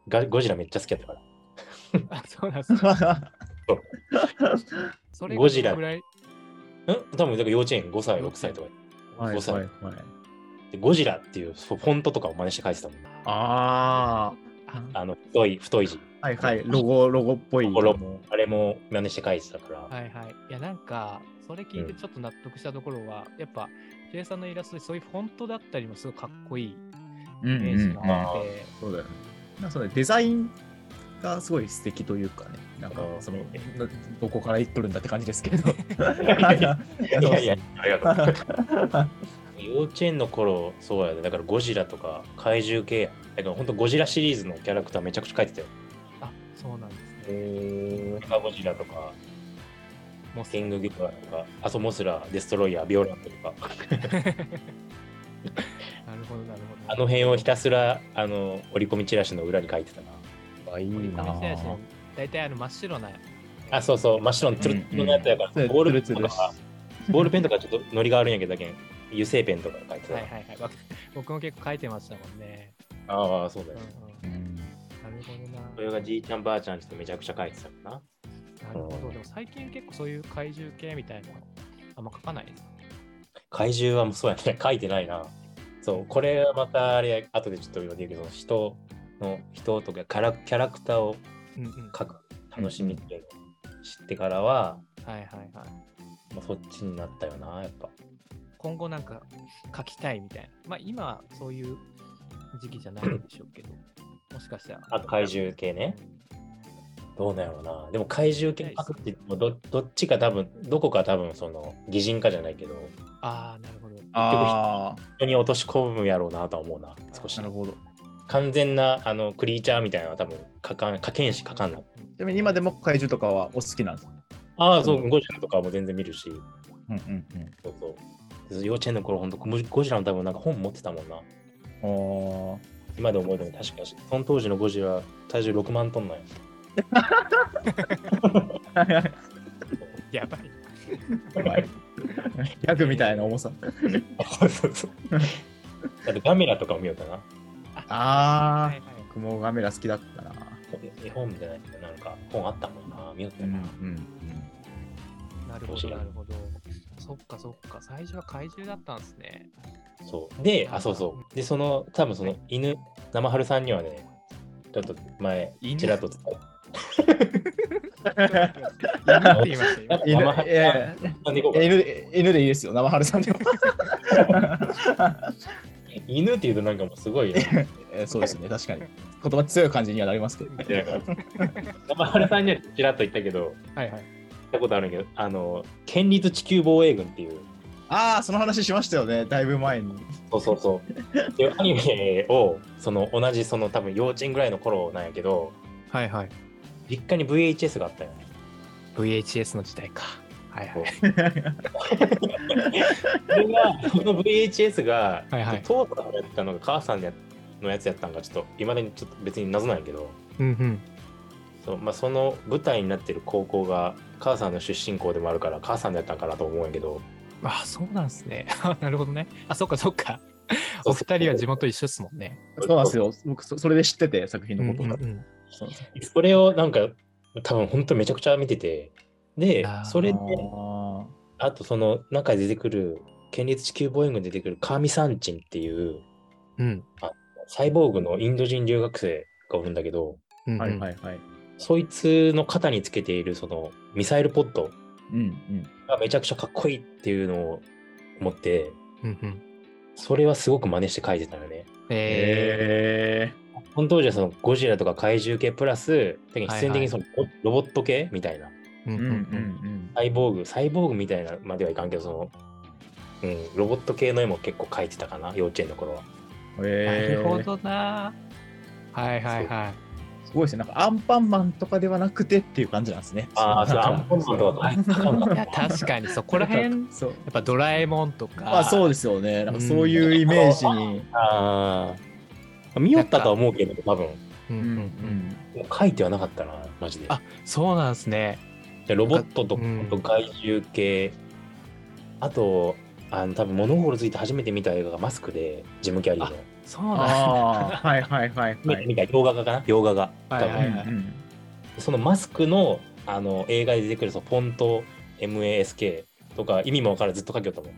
がゴジラめっちゃ好きやったから。
あそうなん ですね。それが
ゴジラ
どのぐらい
うん多分だから幼稚園5歳、6歳とか
はい
5
はい
歳、
はい。
でゴジラっていうそうフォントとかを真似して書いてたもん。
ああ。
あの、太い、太い字。
はいはい。ロゴ、ロゴっぽい。
ロゴあれも真似して書いてたから。
はいはい。いや、なんか、それ聞いて
うん
ちょっと納得したところは、やっぱ、ヒレさんのイラストでそういうフォントだったりもすごいかっこいい
うん
イ
うん
メ
う
ージ
ん。
があって、
そうだよね。なんかそのデザインがすごい素敵というかね、なんか
うん
その、どどこから言っとるんだって感じですけど。 い
いやいやいや、ありがとう。幼稚園の頃そうやでだからゴジラとか怪獣系だから本当ゴジラシリーズのキャラクターめちゃくちゃ描いてたよ
あ、そうなんですね。
メカゴジラとか
モス
キングギドラとかアソモスラデストロイヤービオラントとか
なるほど、なるほど。
あの辺をひたすらあの折り込みチラシの裏に書いてたな
あいい
折り
な
込みしたやつ
ぁ。
大体あの真っ白な。
あそうそう真っ白のツルッツルのやつやから、
うんうん
ボールペ
ツ
ン
ルツ
と
ル
かボールペンとかちょっとノリがあるんやけどだけん油性ペンとかで書いてた
は
な、
いはいはい。わか僕も結構書いてましたもんね。
ああそうだ
うん
よ、
うん
ね、
うん
なるほどな。
それがじいちゃんばあちゃんちょっとめちゃくちゃ書いてたもんな
なるほど。でも最近結構そういう怪獣系みたいなのあんま書かないです。
怪獣はもうそうやね書いてないなそうこれはまたあれや後でちょっと言うけど人の人とかキャラキャラクターを
うんうん。
書く楽しみっていうのを知ってからは、
はいはいはい。
まあ、そっちになったよなやっぱ
今後なんか書きたいみたいな。まあ今はそういう時期じゃないんでしょうけど、もしかしたら。
あと怪獣系ね
うん。
どうなんやろうな。でも怪獣犬パクってもうどどっちか多分、どこか多分その擬人化じゃないけど、
ああ、なるほど。
あ
人に落とし込むやろうなとは思うな、少
あ、
し
な。るほど。ち
完全なあのクリーチャーみたいなのは多分書かん、書けんし書かんな。
なみに今でも怪獣とかはお好きなんですね。
ああ、そう、ゴジラとかも全然見るし、
うんうん
そうそう。で幼稚園の頃、本当ゴジラの多分なんか本持ってたもんな。
うん。あ
今で思えても確かその当時のゴジラ、体重6万トン なんや。
あ。
やばい。
やばい。ギャグみたいな重さ。
そうそうそう。だってガメラとかも見ようかな。
あ
はいはい
僕もガメラ好きだったな。
絵本じゃないけど、なんか本あったもんな、見よった
うんう
な。
ん。
なるほ
面
ど、
白い
なるほど。そっかそっか、最初は怪獣だったんです ね。
そう。で、あ、そうそう。で、その、多分その犬、生春さんにはね、ちょっと前、
犬
ちらっと伝え
犬って言いました 今
犬
生春
いやい
さんでいこうか
や犬で犬でいいですよ、生春さん でも。
犬っていうとなんかもうすごい よね。
えそうですね、確かに。言葉強い感じにはなりますけど。
生春さんにはちらっと言ったけど、
はいはい。
言ったことあるんやけど、あの、県立地球防衛軍っていう、
ああ、その話しましたよね、だいぶ前に。
そうそうそう。っていうアニメを、その同じその多分幼稚園ぐらいの頃なんやけど、
はいはい。
実家に VHS があったよね。
VHS の時代か。はい はい。
それが、その VHS が、
はいはい
父さんがやったのが母さんのやつやったんか、ちょっと、いまだにちょっと別に謎なんやけど、
うんうん。
そうまあ、その舞台になってる高校が母さんの出身校でもあるから母さんだったんかなと思うんやけど
ああ、そうなんですね。 あなるほどね。あ、そっかそっか。お
そうそう
二人は地元一緒ですもんね。
そうなんですよ、僕そ、それで知ってて、作品
うん
の
う
こ
ん
とを
うん
そうなんですよ
それをなんか多分本当めちゃくちゃ見ててで
あー
それで
あ
あとその中で出てくる県立地球防衛軍に出てくるカーミサンチンっていう
うん
サイボーグのインド人留学生がおるんだけど
うん。
ーはい
い。
はいはい。
そいつの肩につけているそのミサイルポッド
うんうん。
がめちゃくちゃかっこいいっていうのを思って
うんうん
それはすごく真似して書いてたのね。
え
え
その当時はそのゴジラとか怪獣系プラス、だけど必然的にそのロロボット系みたいな、
ーうん
ー。
う
う
ん
んう
うん。
ん
サイボーグ、サイボーグみたいなまではいかんけど、その、うん、ロボット系の絵も結構描いてたかな、幼稚園の頃は。
うん。
な
え
るほどな。はいはいはい。
すごいですね。なんかアンパンマンとかではなくてっていう感じなんですね。
ああ、そ
そう
れ
なん
ア
か
ンポンマンとか描いてたか
いや
な。
確かにそこら 辺や
そう。
っぱドラえもんとか、
まあそう
う
ですよね。なんかそういうイメージに。
あー見よったとは思うけど、多分、
うんうんうん、
もう描いてはなかったな、マジで。
あそうなんですね。
でロボットと
うん
と怪獣系、あと、あの多分物心ついて初めて見た映画がマスクで、ジム・キャリーの。
そうなんですね。
ああ、はいはいはい
見
は
た
い。
見た洋画化か な洋画が。
はい
多分
はいはい
そのマスクのあの映画で出てくるそのポント MASK とか意味も分からずずっと書きよったもん。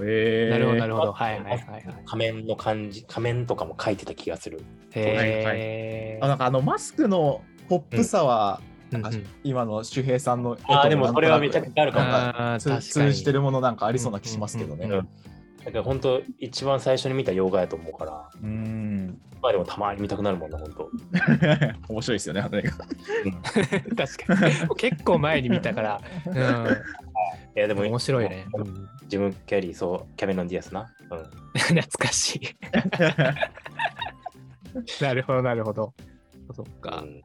え
なるほどなる
ほ
ほど。はいはいはいはい。
仮面の漢字、仮面とかも書いてた気がする。
へえ。
あなんかあのマスクのポップさは、
うん
な
うん
か
ん
今の周平さんの絵と
ああ、でもそれはめちゃ
ち
くちゃあるかも。
な
だ
ん
あー
ゃ
確か
通
に
通じてるものなんかありそうな気しますけどね。
うんうんから本当、一番最初に見た洋画やと思うから、
うん
まあでもたまに見たくなるもんな、本当。
面白いですよね、あの映画。
確かに。もう結構前に見たから。う
いやで
ん。
も
面白いね。うん
ジム・キャリー、そう、キャメロン・ディアスな。うん。
懐かしい。なるほどなるほど。そっか
う。ん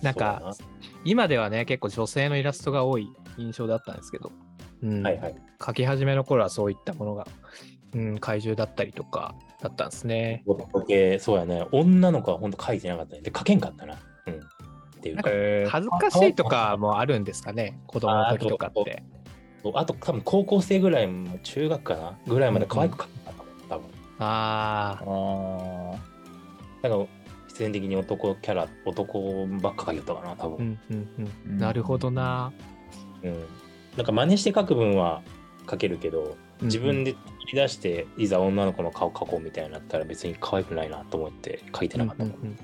なんか、
そ
今ではね結構女性のイラストが多い印象だったんですけど。うん
うだなはいはい。
書き始めの頃はそういったものが、うん、怪獣だったりとかだったんですね。
ロボット系、そうやね。女の子は本当書いてなかったね。で、書けんかったな。うん。っていうか。
恥ずかしいとかもあるんですかね、子供の時とかって。
そうあと多分高校生ぐらいも中学かなぐらいまで可愛く描ったかったもん
あ
あー
多分なんか必然的に男キャラ男ばっか描いてたかな
あ
多
ー、う
分、
んうん
う
うんん。なるほどな。
うんなんか真似して描く分は描けるけど自分で切り出していざ女の子の顔描こうみたいになったら別に可愛くないなと思って描いて
うん
な
うん
かったもん、
うんうん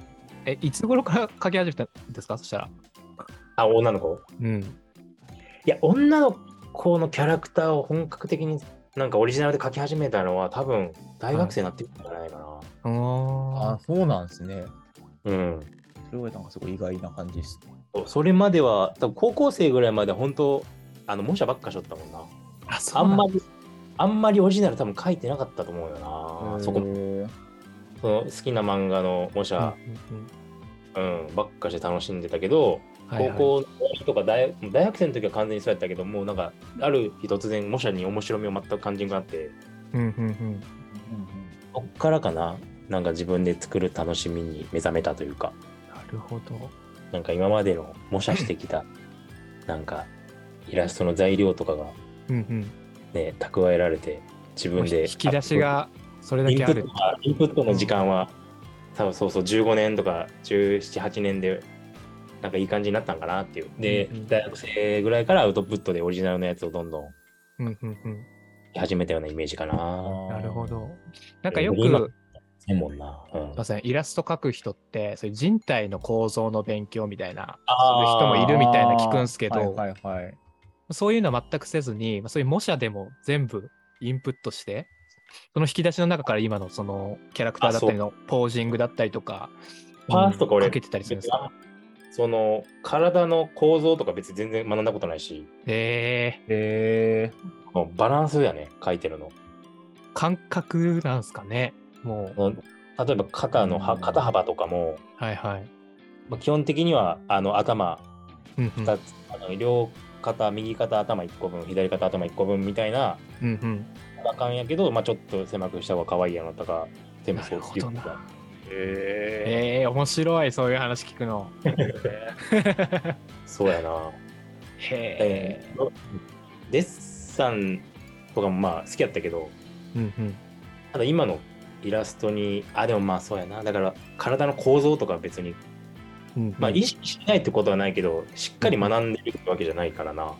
え、いつ頃から書き始めたんですかそしたら。
あ女の子
うん。
いや女の子のキャラクターを本格的になんかオリジナルで描き始めたのは多分大学生になってくるんじゃないかな、
おー
あ、そうなんですね。
うん
それはなんかすごい意外な感じです。
それまでは、多分高校生ぐらいまで本当、あの、模写ばっかしょったもんな。
あ、そ
あんまり、あんまりオリジナル多分書いてなかったと思うよな。そこ
へ、ー
その好きな漫画の模写、うん、ばっかして楽しんでたけど、
校
高校とか大大学生の時は完全にそうやったけど、もうなんか、ある日突然、模写に面白みを全く感じなくなって、そっからかな、なんか自分で作る楽しみに目覚めたというか、
なるほど。
なんか今までの模写し てきた、なんか、イラストの材料とかが
うんうん
ね、蓄えられて、自
もう
分で。
引き出しがそれだ
イン
け
プ
あ
ッ
る
ト。がインプットの時間は、多分そうそう15年とか17、8年でなんかいい感じになったんかなっていう。で、
うんうん
大学生ぐらいからアウトプットでオリジナルのやつをどんどん
うんうんうん
始めたようなイメージかな。
なるほど。なんかよ
うん今
く、
専門な。うん
まあ、そのイラスト描く人って、そういう人体の構造の勉強みたいな、
あ
人もいるみたいな聞くんすけど
あーはいはいはい。
そういうのは全くせずに、まあそういう模写でも全部インプットして、その引き出しの中から今のそのキャラクターだったりのポージングだったりとか、
パースとか俺
かけてたりするんですか
その体の構造とか別に全然学んだことないし、
えー、
へ
もうバランスやね、書いてるの。
感覚なんですかね。もう、
うん例えば肩のは
うん
肩幅とかも、
はいはい。
まあ、基本的にはあの頭
うんうん
2つ、あの両肩右肩頭1個分左肩頭1個分みたいな
うんうん
あかんやけど、まあ、ちょっと狭くした方が可愛いやろとか全部そう
なるほどな
言ってたへえ
ええ面白い、そういう話聞くの。
そうやな、
へ
えーデッサンとかもまあ好きやったけど
え。うんうん。
ただ今のイラストにあでもまあそうやなだから体の構造とか別に、
うん
まあ、意識しないってことはないけどしっかり学んでるってわけじゃないからな、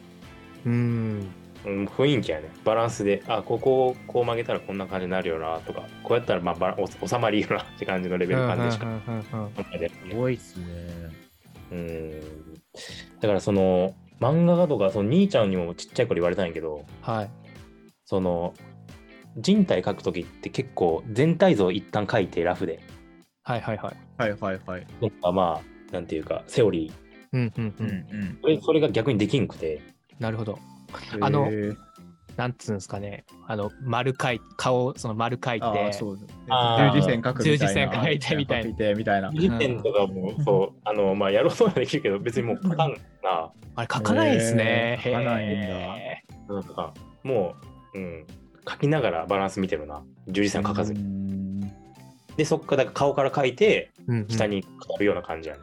うん。
うん、雰囲気やねバランスであここをこう曲げたらこんな感じになるよなとかこうやったらまあバラお収まりよなって感じのレベル感でしか
うんうんうんうん
考えて
え。
ない
ごいっすね。
うんだからその漫画家とかその兄ちゃんにもちっちゃい頃言われたんやけど
はい。
その人体描く時って結構全体像一旦描いてラフで
はいはいはい。
はいはいはい。
とかまあなんていうかセオリー
うんうんうん。
ん
それそれが逆にできんくて
なるほど。あの
へー
なんつうんですかね。あの、丸書い顔をその丸書い
あー
て。
そうですね
あー
十字線書くみたいな。
十字線書いてみたいな
書いてみたいな。
時点とかもそうあのまあやろうとはできるけど別にもう描かんな。
あれ書かないですね。
へー書かないんだ
へ
なんかもう、うん、書きながらバランス見てるな十字線は書かずに、
に。
でそっからだから顔から書いて
ー。うんうん
下。に語るような感じやね、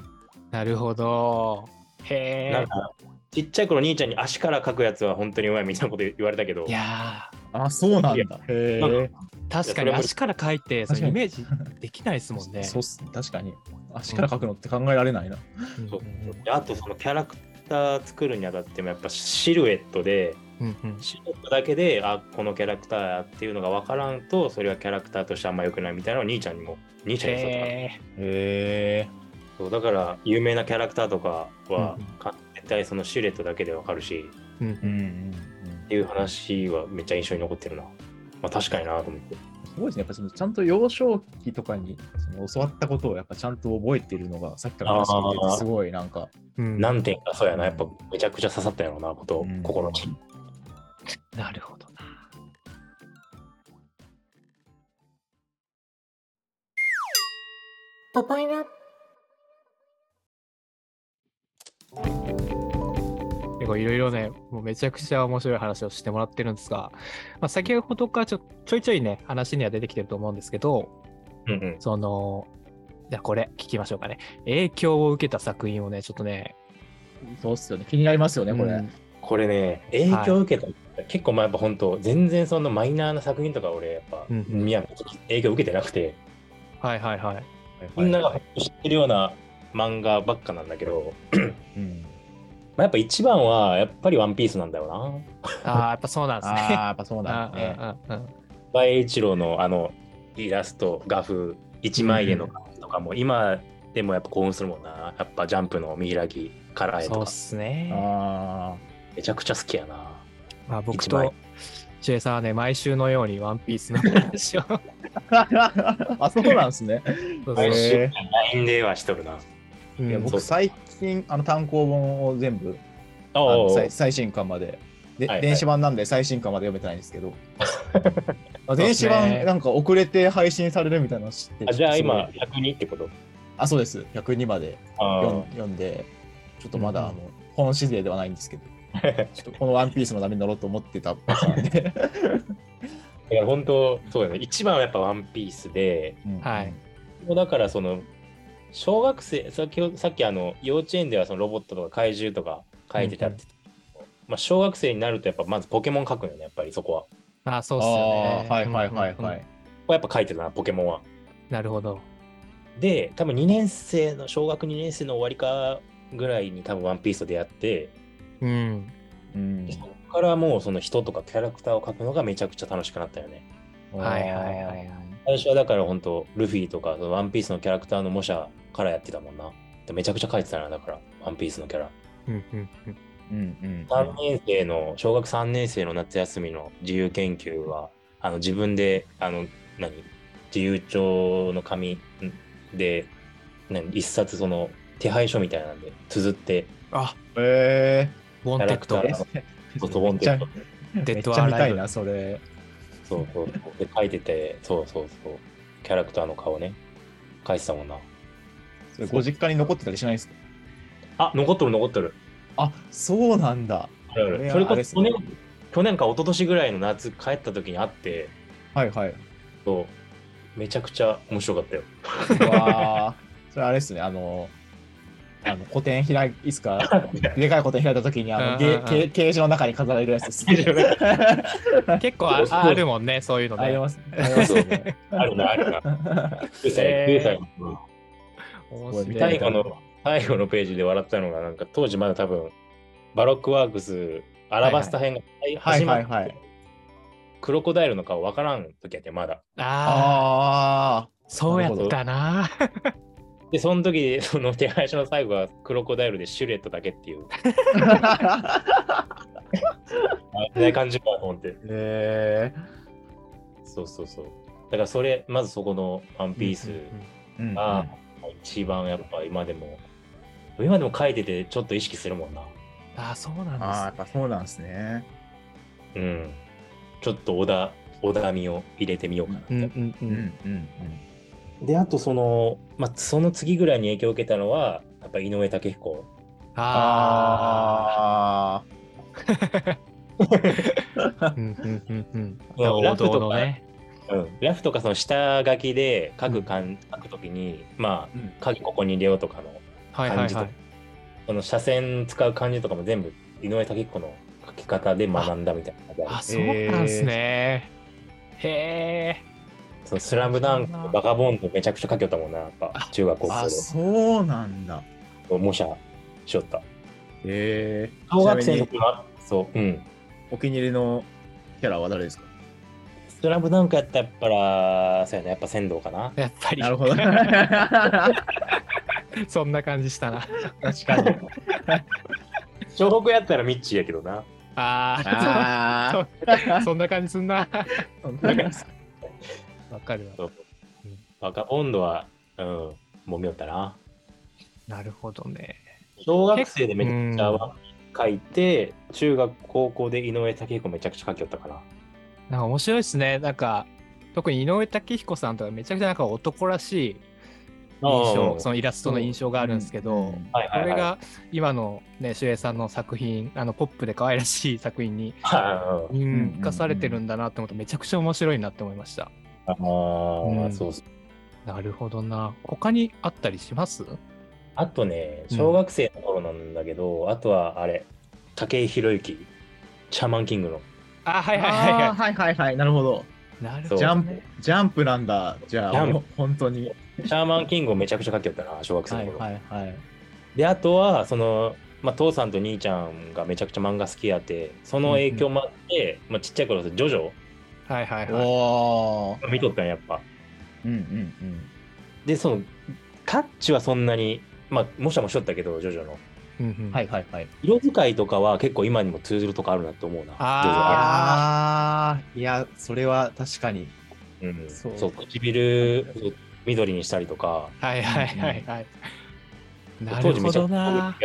なるほど。へ
な
え
ん。かちっちゃい頃兄ちゃんに足から書くやつは本当にうまいみたいなこと言われたけど
いや
あ、そうなん
いや
だ。へ
なん
え。
ー確か
い
に
やそれも
足から書いて、そ
確か
の
に
イメージできないですもんね。
そうっすね。確かに。足から書くのって考えられないな。
うん
そうであとそのキャラクター作るにあたってもやっぱシルエットで
うんうん。
シルエットだけであこのキャラクターやっていうのが分からんとそれはキャラクターとしてあんま良くないみたいなのを兄ちゃんにも兄ちゃんにそうだな
へ
へえ。
そうだから有名なキャラクターとかは
うんうん
か絶対そのシルエットだけで分かるし、
ーうんう
うん
ん。
っていう話はめっちゃ印象に残ってるな。まあ確かになと思って。
すごいですね。やっぱそのちゃんと幼少期とかにその教わったことをやっぱちゃんと覚えているのがさっきから話聞いて
あー
てすごいなんか。
うん
何点かそうやな、やっぱめちゃくちゃ刺さったやろうな、こと、
うん
心に。
なるほどな。
ポパイナ
結構いろいろね、もうめちゃくちゃ面白い話をしてもらってるんですが、まあ、先ほどからちょちょいちょいね、話には出てきてると思うんですけど、
うんうん。
その、じゃあこれ聞きましょうかね。影響を受けた作品をね、ちょっとね、
そうっすよね。気になりますよね、これ。
うん
これね、影響を受けた、結構まあやっぱ本当、全然そのマイナーな作品とか俺やっぱ、
うんうん
いや影響受けてなくて、
はいはいはい。
みんなが知ってるような漫画ばっかなんだけど、
うん
まあやっぱ一番はやっぱりワンピースなんだよ
ああ、やっぱそうなんです
あ
ね。
あ、やっぱそうなんだね。
あーうんうんうん
な。バイイチローのあのイラスト、画風、一枚絵の画風とかも今でもやっぱ興奮するもんな。やっぱジャンプの見開き、カラー絵
そ
と
うっ
か。
すね。
あ
めちゃくちゃ好きやな。
まあ、僕
一枚
と、ジェイさんはね、毎週のようにワンピースの話 を。
あ。あ、そうなんですね。
そうそう
毎週
へ
LINE ではしとるな。
うん
いや
そう
僕最近あの単行本を全部
あ
あの
あ
最最新刊までで、
はいはい
電子版なんで最新刊まで読めてないんですけ どあ
うで
電
す
子
ね
版なんか遅れて配信されるみたいなの知って
あじゃあ
すごい
今102ってこと
あそうです102まで
あ
読ん
ー
読んでちょっとまだ
う
あ
ん
の本市勢ではないんですけ どちょっとこの「ワンピースの波に乗ろうと思って たパターンで、
いや本当そうだね一番はやっぱ「ワンピースで
うん
はい
もうだからその小学生さっきさっきあの幼稚園ではそのロボットとか怪獣とか書いてたって、まあ、小学生になるとやっぱまずポケモン書くよねやっぱりそこは。
あ、そうっすよ
あ
ね。
ーはいはいはい
うんうん
は
うん
い。
これやっぱ書いてたなポケモンは。
なるほど。
で多分2年生の小学2年生の終わりかぐらいに多分「ワンピースと出会って
うん。
うん
でそこからもうその人とかキャラクターを書くのがめちゃくちゃ楽しくなったよね。
はいはいはいはい
最初はだから本当ルフィとかそのワンピースのキャラクターの模写からやってたもんな。でめちゃくちゃ書いてたなだからワンピースのキャラ。
うんうんうん
うんうん
3年生の小学3年生の夏休みの自由研究はあの自分であの何自由帳の紙で何一冊その手配書みたいなんで綴って
あ、
え
ボンテクト
キャ、ラク
ー、
外本
めっ
で
ちゃ
デッ
めっち
ド
ゃ
ア
見
ラ
た
イ
い
ブ。
なそれ
そうそうそうで書いててそうそうそうキャラクターの顔ね書いてたもんな
それご実家に残ってたりしないですか
あ残っとる残っとる
あそうなんだ
あるあ
これはあ
るそれこ
です
そ去
ね
年去年か一昨年ぐらいの夏帰った時に会って
はい はい
そうめちゃくちゃ面白かったよ
うわーそれあれですね、あの、あの個展開い、いつ か、でかい個展開いたときに、あの、
うん
ゲ
うんうん
ケ ーケージの中に飾られるやつです。あり
結構ああるもんね、そういうのね。
ます。ありますよ ね。
あるなあるな9歳
えー
9歳の頃
面白い
見たい
最後の最後のページで笑ったのがなんか当時まだ多分バロックワークスアラバスタ編が
はい
始ま
は
っ
い
て
はい。
クロコダイルの顔わからん時やってまだ
ああ、
あ
そうやったな。
でその時 その手配書の最後はクロコダイルでシュレットだけっていう
あ。
あんな感じかと思って
え
そうそうそうだからそれまずそこの「ワンピース
うんうんうん
ーうん
が一番やっぱ今でも今でも書いててちょっと意識するもんな
あー、そうなん
ああ、や
で
っぱそうなんですね。
うんちょっと小田小田みを入れてみようかな
す。うんうん
う
うん。
うん
であとその、まあ、その次ぐらいに影響を受けたのはやっぱ井上武彦
あ
あ
あ、うんうんうんうん。
いや
王道のね。
うん、ラフとかその下書きで書くかん、書くときにま
うん
あ鍵ここに入れようとかの
はい
感
はい
じ
は
と
い。
その斜線使う漢字とかも全部井上武彦の書き方で学んだみたいな感じ
あ、そうなんすね。へえ。
そのスラムダンクとバカボンドめちゃくちゃ書きよったもんなやっぱ中学
ー
高
あ、
校
そうなんだ。
で模写しよった
ええ
小学生
の
の時はそううん
お気に入りのキャラは誰ですか
スラムダンクやったらやっぱそうやねやっぱ仙道かな
やっぱり
な、るほど。確
そんな感じしたな。
かに。
小北やったらミッチーやけど な
あ
ああ。
あ、そんな感じすんな。わかるわ。
バカボンドは、うん、もみよったな。
なるほどね。
小学生でめちゃくちゃワンピース書いて、中学、高校で井上武彦めちゃくちゃ書きよったかな。
なんか面白いですね。なんか、特に井上武彦さんとかめちゃくちゃなんか男らしい印象、そのイラストの印象があるんですけど、
はい
こ
はい
れ
はい、
が今のね、秀平さんの作品、あのポップで可愛らしい作品に
あ
う
うんうんうん
ん生かされてるんだなって思って、めちゃくちゃ面白いなって思いました。
あー、
うん
そうそう。
なるほどな。他にあったりします
あとね、
うん
小学生の頃なんだけど、あとはあれ、武井宏之、チャーマンキングの。
あ、は
はいい
は
はいい
はい
は。
はい
はいはいはい。なるほど。
い。なる
そ
ほ
う
ジャ
ど
ンプ
ね。、
ジャンプなんだ。じゃ
ジャ
あ、
ンプ
もう本当に。
チャーマンキングをめちゃくちゃ書きよったな、小学生の
はい
頃。
はいはい。
で、あとは、その、まあ、父さんと兄ちゃんがめちゃくちゃ漫画好きやって、その影響もあって、まあ、ちっちゃい頃、ジョジョ
はいはいはい。
おお。
見とったんやっぱ。
うんうんうん。
で、その、タッチはそんなに、まあ、もしゃもしとったけど、ジョジョの。
うんうん
はいはいはい。
色使いとかは結構今にも通ずるとかあるなと思うな。
あ
ああ、いや、それは確かに。
ジョジョはうん、
そ
そうう唇を緑にしたりとか、
はいはいはいはい。なるほどな。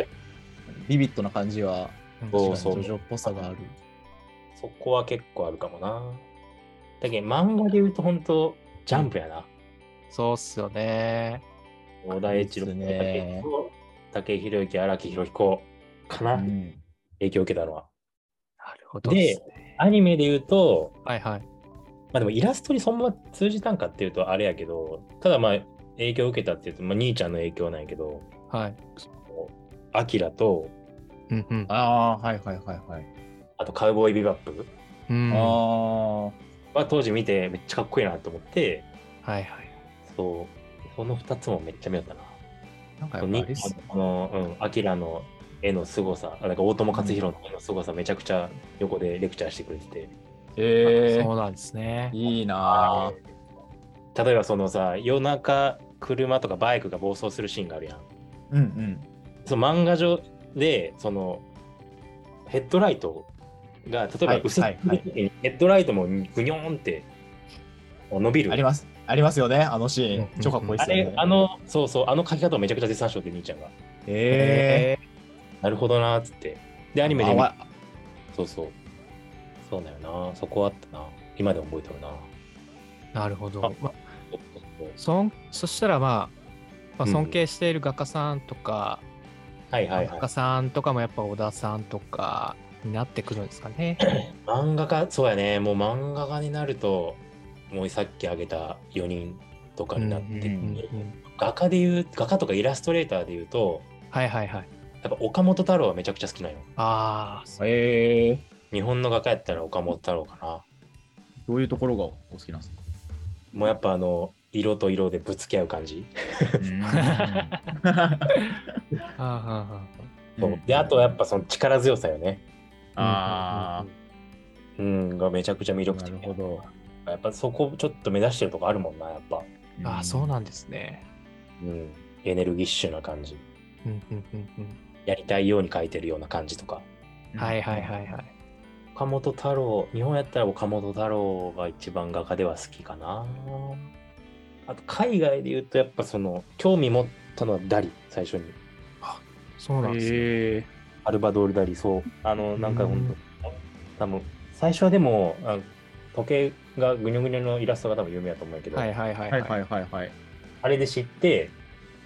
ビビットな感じは、
そう
確かにジョジョっぽさがある。
そこは結構あるかもな。だけど漫画で言うと本当ジャンプやな。
そうっすよね。
小田栄一郎、
ですね
武井宏之、荒木宏彦かな、
うん
影響を受けたのは。
なるほどっす
で
ね、
アニメで言うと、
はいはい。
まあでもイラストにそのまま通じたんかっていうとあれやけど、ただまあ影響を受けたっていうと、まあ、兄ちゃんの影響なんやけど、
はい。
アキラと、
うんうん。
ああ、はいはいはいはい。
あとカウボーイビバップ
うん、は
あ
は当時見てめっちゃかっこいいなと思って、
いはい。
そう、その2つもめっちゃ見よったな。
あ、なんかやっぱあ
兄
れっす
ち
ね
ゃんの、うん、アキラの絵の凄さ、あなんか大友克洋の絵の凄さめちゃくちゃ横でレクチャーしてくれてて、
え
そうなんですね。
いいなー
例えばそのさ、夜中車とかバイクが暴走するシーンがあるやん。
うんうん。
その漫画上でそのヘッドライトが例え
は
ば
い
薄っ
はいはい
ヘッドライトもぐにょんって伸びる
あります。ありますよね、あのシ
うんうん
ー
うん
ン。超かっこいいっ
あ
すよ
れ
ね。
あ、のそうそうあの書き方をめちゃくちゃ絶賛しようって兄ちゃんが
え
なるほどなーっつってでア
ー、
ニメで見
あ
そうそうそうだよなそこはあったな今でも覚えてるな
なるほど。
あ
まあそんそしたらまあ、まあ、尊敬している画家さんとか、
はいはいは
画
い
家さんとかもやっぱ小田さんとかになってくるんですかね。
漫画家そうやねもう漫画家になるともうさっき挙げた4人とかになってくる、
うんうん
うんうん
画家でいう画家とかイラストレーターでいうと
はいはいはい。
やっぱ岡本太郎はめちゃくちゃ好きなんよ。
ああ、そ
ーえー、
日本の画家やったら岡本太郎かな。
どういうところがお好きなんですか
もうやっぱあの、色と色でぶつけ合う感じ。
うはあはあは
そう で、あとはやっぱその力強さよね。
あ
あ
うん、がめちゃくちゃ魅力的。
なるほど。
やっぱそこちょっと目指してるとこあるもんな、やっぱ。
あああ、そうなんですね。
うん。エネルギッシュな感じ。
うんうんうんうん
やりたいように描いてるような感じとか。
うん
はいはいはいはい。
岡本太郎、日本やったら岡本太郎が一番画家では好きかな。あと海外で言うとやっぱその、興味持ったのはダリ、最初に。
そうなんですね。
え
アルバドール・ダリ、そう。あの、なんか本当、多分最初はでも、あ時計がぐにょぐにょのイラストが多分有名だと思うんやけど、
はいはいはい
ー、はい
は。
はいいはいはい。
あれで知って、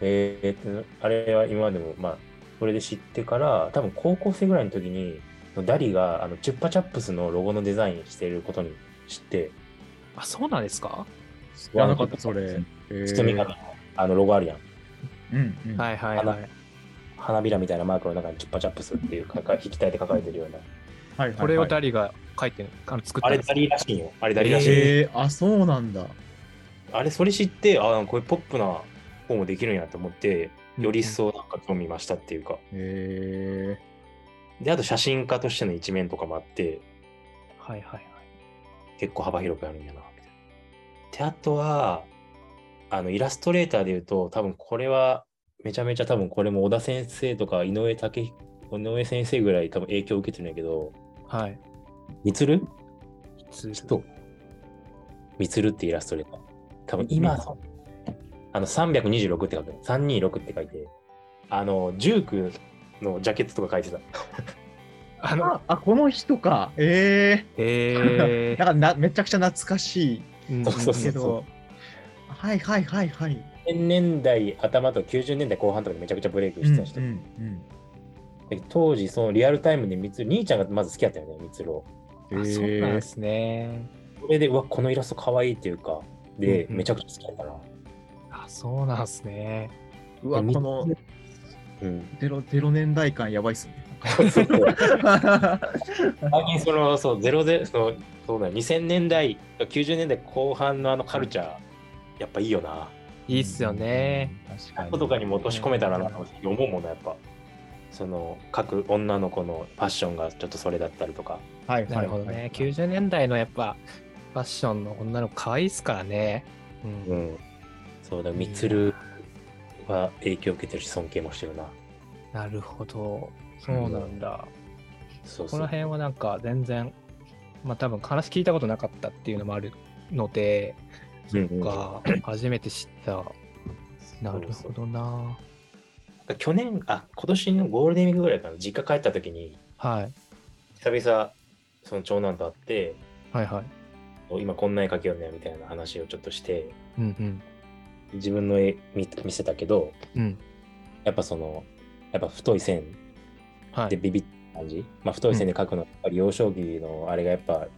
えー、あれは今までも、まあ、これで知ってから、多分高校生ぐらいの時に、ダリがあのチュッパチャップスのロゴのデザインしてることに知って、
あ、そうなんですか
知らなかった、それ。
包み方のあのロゴあるやん。
うん、うん。
はいはいはい。
花びらみたいなマークの中にチュッパチャップスっていうかか引き体で書かれてるよ うな。
はいはい
これを
はい
ダリが書いてる、あの作った
あ
ん
れ
ですか
ダリらしいよ。あれダリらしい。
えー、あ、そうなんだ。
あれ、それ知って、ああ、これポップな方もできるんやと思って、より一層なんか興味ましたっていうか。
え
で、あと写真家としての一面とかもあって、
はいはいはい。
結構幅広くやるんやな、みたいな。で、あとは、あの、イラストレーターで言うと、多分これは、めちゃめちゃ多分これも小田先生とか井上武彦、井上先生ぐらい多分影響を受けてるんやけど、
はい。
みつる
人
みつるってイラストレーター。多分今、あの326って書く。326って書いて、あの、19のジャケットとか書いてた。
あ
ー、
の、
あ、あこの人か。え
え
ー、 なんかなめちゃくちゃ懐かしい
ー、
そうそうそう
けど。はいはいはいはい。
0年代頭と90年代後半とかでめちゃくちゃブレイクしてた人、
ん
で当時そのリアルタイムでみつ兄ちゃんがまず好きだったよねみつるを
あそうなんですね。
それでうわこのイラスト可愛いっていうかで、
うんうん
めちゃくちゃ好きだったな、
あ、そうなんですね。
うわ、
で
この
うん、
ゼロゼロ年代感 やばいっすね。
そう最近そのそうゼロゼそのそうだよ2000年代90年代後半のあのカルチャー、やっぱいいよない
いっすよね。。
確
過
かに。
去とかにも落とし込めたらなと思うもんなやっぱその各女の子のファッションがちょっとそれだったりとか
はいはい
な
はい
るほどね。90年代のやっぱファッションの女の子可愛いっすからね。うん
うん。そうだ、みつるは影響を受けてるし、尊敬もしてるな。
なるほど。そうなんだ。
そう
こ
そう。
の辺はなんか全然、まあ多分話聞いたことなかったっていうのもあるので、
うんうん
が初めて知った。なるほどな。
去年、あ、今年のゴールデンウィークぐらいかな、実家帰った時に、
はい。
久々、その長男と会って、
はいはい。
今こんな絵描けよんねみたいな話をちょっとして、
うんうん。
自分の絵見見せたけど、
うん。
やっぱその、やっぱ太い線
は
で
い。
ビビった感じ、まあ太い線で描くの、やっぱり幼少期のあれがやっぱ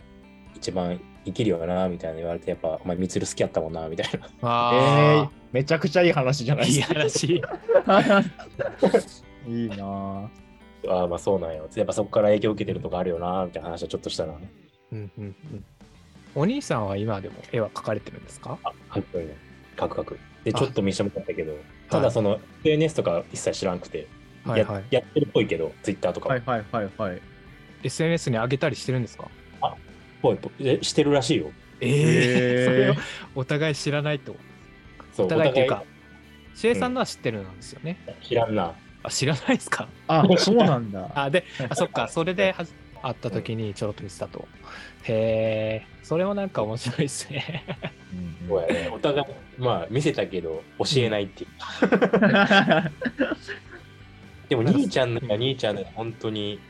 一番生きるよな、みたいな言われて、やっぱ、お前、みつる好きやったもんな、みたいな。
あ
えー、めちゃくちゃいい話じゃ
あ、
ない
い
で
い
すか。
話。
いいなぁ。
ああ、まあそうなんよ。やっぱそこから影響受けてるとかあるよな、みたいな話をちょっとしたら、
うんうんうん。お兄さんは今でも絵は描かれてるんですか
はい、カクカク。で、
あ
ちょっと見せてもらったけど、ただその、SNS とか一切知らなくて、
はい
や
はい。
やってるっぽいけど、Twitter とか
は
っ
いはいはいはい。
SNS に上げたりしてるんですか
ぽいっぽい、えしてるらしいよ。
え
えー
ー、それをお互い知らないと。
そ
お
う、お
互
互
いっていう
い
か、シエさんのは知ってるんですよね。
知らんな。
あ、知らないですか
あ、そうなんだ。
あ、 で、あ、そっか、それではじ会った時にちょろっと見てたと。へえ、それもなんか面白いですね。
そうやねお互い、まあ見せたけど、教えないっていう。でも、兄ちゃんの
うん
兄ちゃんの本当に、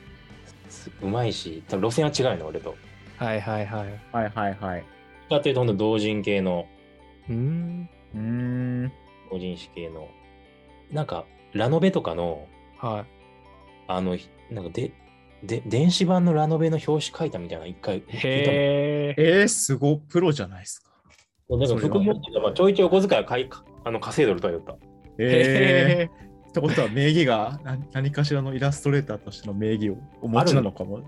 すうまいし、多分路線は違うよね、俺と。
はいはいはい。
はいはいはい。
だって、ほんと同人系の、
うーん。
うーん。
同人誌系の、なんか、ラノベとかの、
は
あの、ひなんかで、で、電子版のラノベの表紙書いたみたいな、一回
い。
聞いた
へ
もん。
え。
えー、すご、プロじゃないですか。
なんか副業っていうかまあちょいちょいお小遣いは買いあの稼いどるとは言った。
え
へえ。
ー。ってことは名義がな何かしらのイラストレーターとしての名義をお持ちなのかも。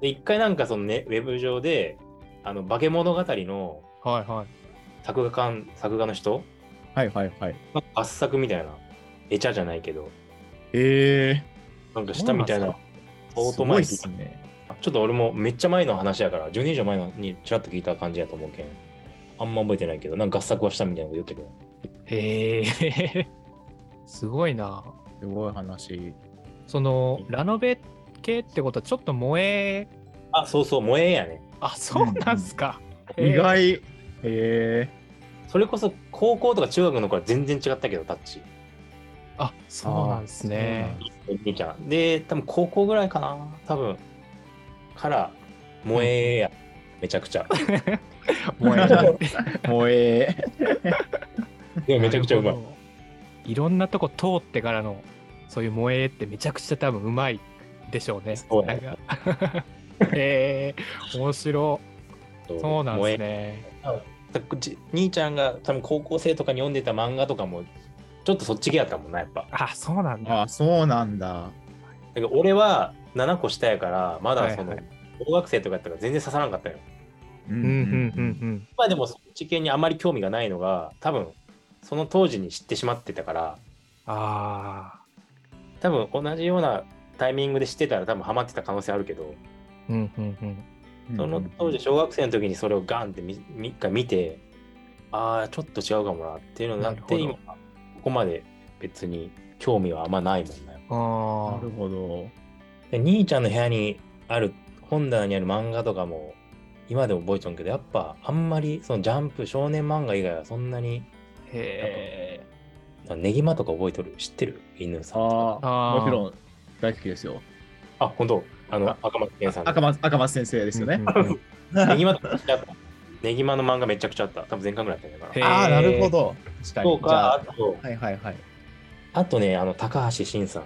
で、一回なんかそのね、ウェブ上で、あの、化け物語の
はいはい。
作画館、作画の人、
はいはいはい。
まあ、圧作みたいな、エチャじゃないけど、
え
なんかしたみたい
そう
な、
ー、
オー
す
ト
ご
マ
い
イ
っ
ク。
すね。
ちょっと俺もめっちゃ前の話やから、10年以上前のにちらっと聞いた感じやと思うけん。あんま覚えてないけど、なんか合作はしたみたいなこと言ってるけど。
へえ。すごいな。
すごい話。
その、ラノベ系ってことはちょっと萌え、
あ、そうそう、萌えやね。
あ、そうなんすか。
意
へえ。
外。え
それこそ高校とか中学の頃は全然違ったけど、タッチ。
あ、そうなんですね。
兄ちゃん。で、多分高校ぐらいかな。多分から、萌えや。めちゃくちゃ。
萌えじゃなくて。
ー。もうえー。
でもめちゃくちゃう まい。
い。いろんなとこ通ってからの、そういう萌えってめちゃくちゃ多分うまいでしょうね。
そう
な
や
んか へえ面白い。そうなんですね。
萌えこっち兄ちゃんが多分高校生とかに読んでた漫画とかも、ちょっとそっち系やったもんな、やっぱ。
あ、そうなんだ。
あ、そうなんだ。
だから俺は7個下やから、まだその、
はいは
大学生とかやったから全然刺さらんかったよ。
う
うんんうんうん
まあでもそっち系にあまり興味がないのが、多分その当時に知ってしまってたから、
うん。ああ。
多分同じようなタイミングで知ってたら多分ハマってた可能性あるけど、
うんうんうん。
うん
その当時小学生の時にそれをガンってみみ一回見て、ああ、ちょっと違うかもなっていうのになっ
なる
て、
ほど
今、ここまで別に興味はあんまないもんね。
あ
なるほど。
で兄ちゃんの部屋にある本棚にある漫画とかも今でも覚えちゃうんけどやっぱあんまりそのジャンプ少年漫画以外はそんなに
あ。へえ。
ねぎまとか覚えとる知ってる犬さん
あ
あ
あ、
ー
もちろん大好きですよ。
あ本当あの
あ
赤松健さん
赤松赤松先生ですよね。
うんうんうん。
ねぎまとかねぎまの漫画めちゃくちゃあった多分全巻ぐらいあったんやか
へ
ら
ー
ああ、なるほど。確か
と
に。じゃ
か
あ
あと
はいはいはい。
あとねあの高橋真さん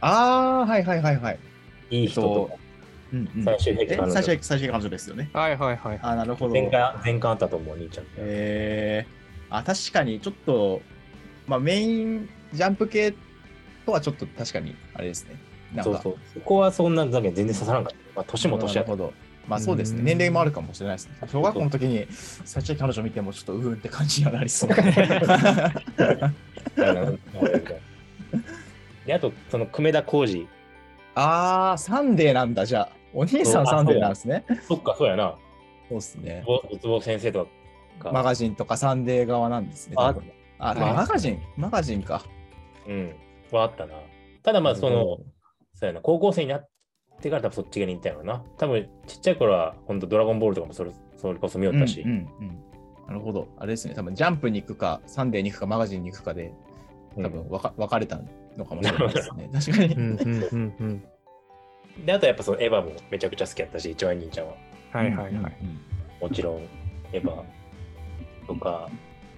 ああ、はいはいはいはい。
いい人とか
うんうん、
最終兵器
え
彼女
最終最終彼女ですよね。
はいはいはい。
ああ、なるほど。
全巻全巻あったと思う兄ちゃんって
えー、あ確かにちょっと、まあ、メインジャンプ系とはちょっと確かにあれですね。なんか
そうそうそこはそんなだけ全然刺さらんかった、まあ、年も年や
な
っ
る
た
ほど。まあそうですね。
うん
年齢もあるかもしれないですね。小学校の時に最初に彼女見てもちょっとうーんって感じにはなり そう。は
であとその久米田浩二
ああ、サンデーなんだ、じゃあ。お兄さんサンデーなんですね。
そっかそうやな
そうですね。
ウツボ先生とか
マガジンとかサンデー側なんですね。
あ
多分あ、
まあ
マガジン、マガジンか。
うんはあったなただまあその、そうやな高校生になってから多分そっち側に行ったやろな多分ちっちゃい頃は本当ドラゴンボールとかもそれそれこそ見よ
う
っ
ん、う
た
ん
し、
うんなるほど。あれですね、多分ジャンプに行くか、サンデーに行くか、マガジンに行くかで、多分わか別れたのかもしれないですね。確かに。
うんうんうんうん。
であとやっぱそのエヴァもめちゃくちゃ好きやったし一応兄ちゃんは
はいはいはい。
うん。
もちろんエヴァとか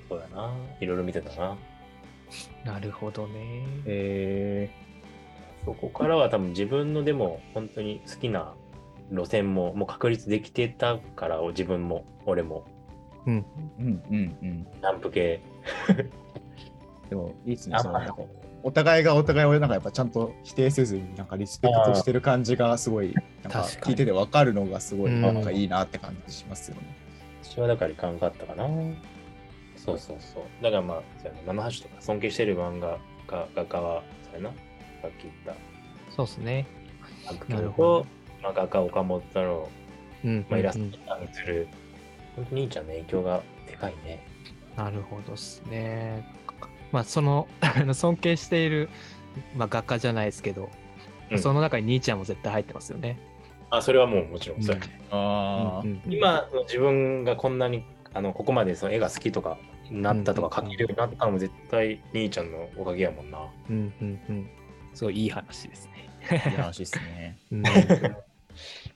そうだないろいろ見てたな
なるほどね。
え
そこからは多分自分のでも本当に好きな路線ももう確立できてたから自分も俺も
ー、うんうんうん。
ランプ系
でもいいですね。
あ
そのなんかお互いがお互いをなんかやっぱちゃんと否定せずになんかリスペクトしてる感じがすごいなんか
確かに
聞いてて分かるのがすごい
うん
なんかいいなって感じしますよね。
私はだからいかんかったかなそうそうそうだからまあそうやな生橋とか尊敬してる漫画家画家はそうやなさっき言った
そうですね。
白
なる
鳥
ほ
と
ど、
まあ、画家岡本太郎
うん、
まあ、イラス
う
ト
ん
とか映る、本当に兄ちゃんの影響がでかいね。
なるほどですね。まあその あの尊敬している、まあ、画家じゃないですけど、
うん
その中に兄ちゃんも絶対入ってますよね。
あ、それはもうもちろんそうやね、
あ
うんうん
今の自分がこんなにあのここまでその絵が好きとかになったとか、
うん
描けるようになったのも絶対兄ちゃんのおかげやもんな。
うんうんうん。すごいいい話ですね。
あ、いい話ですね。
うん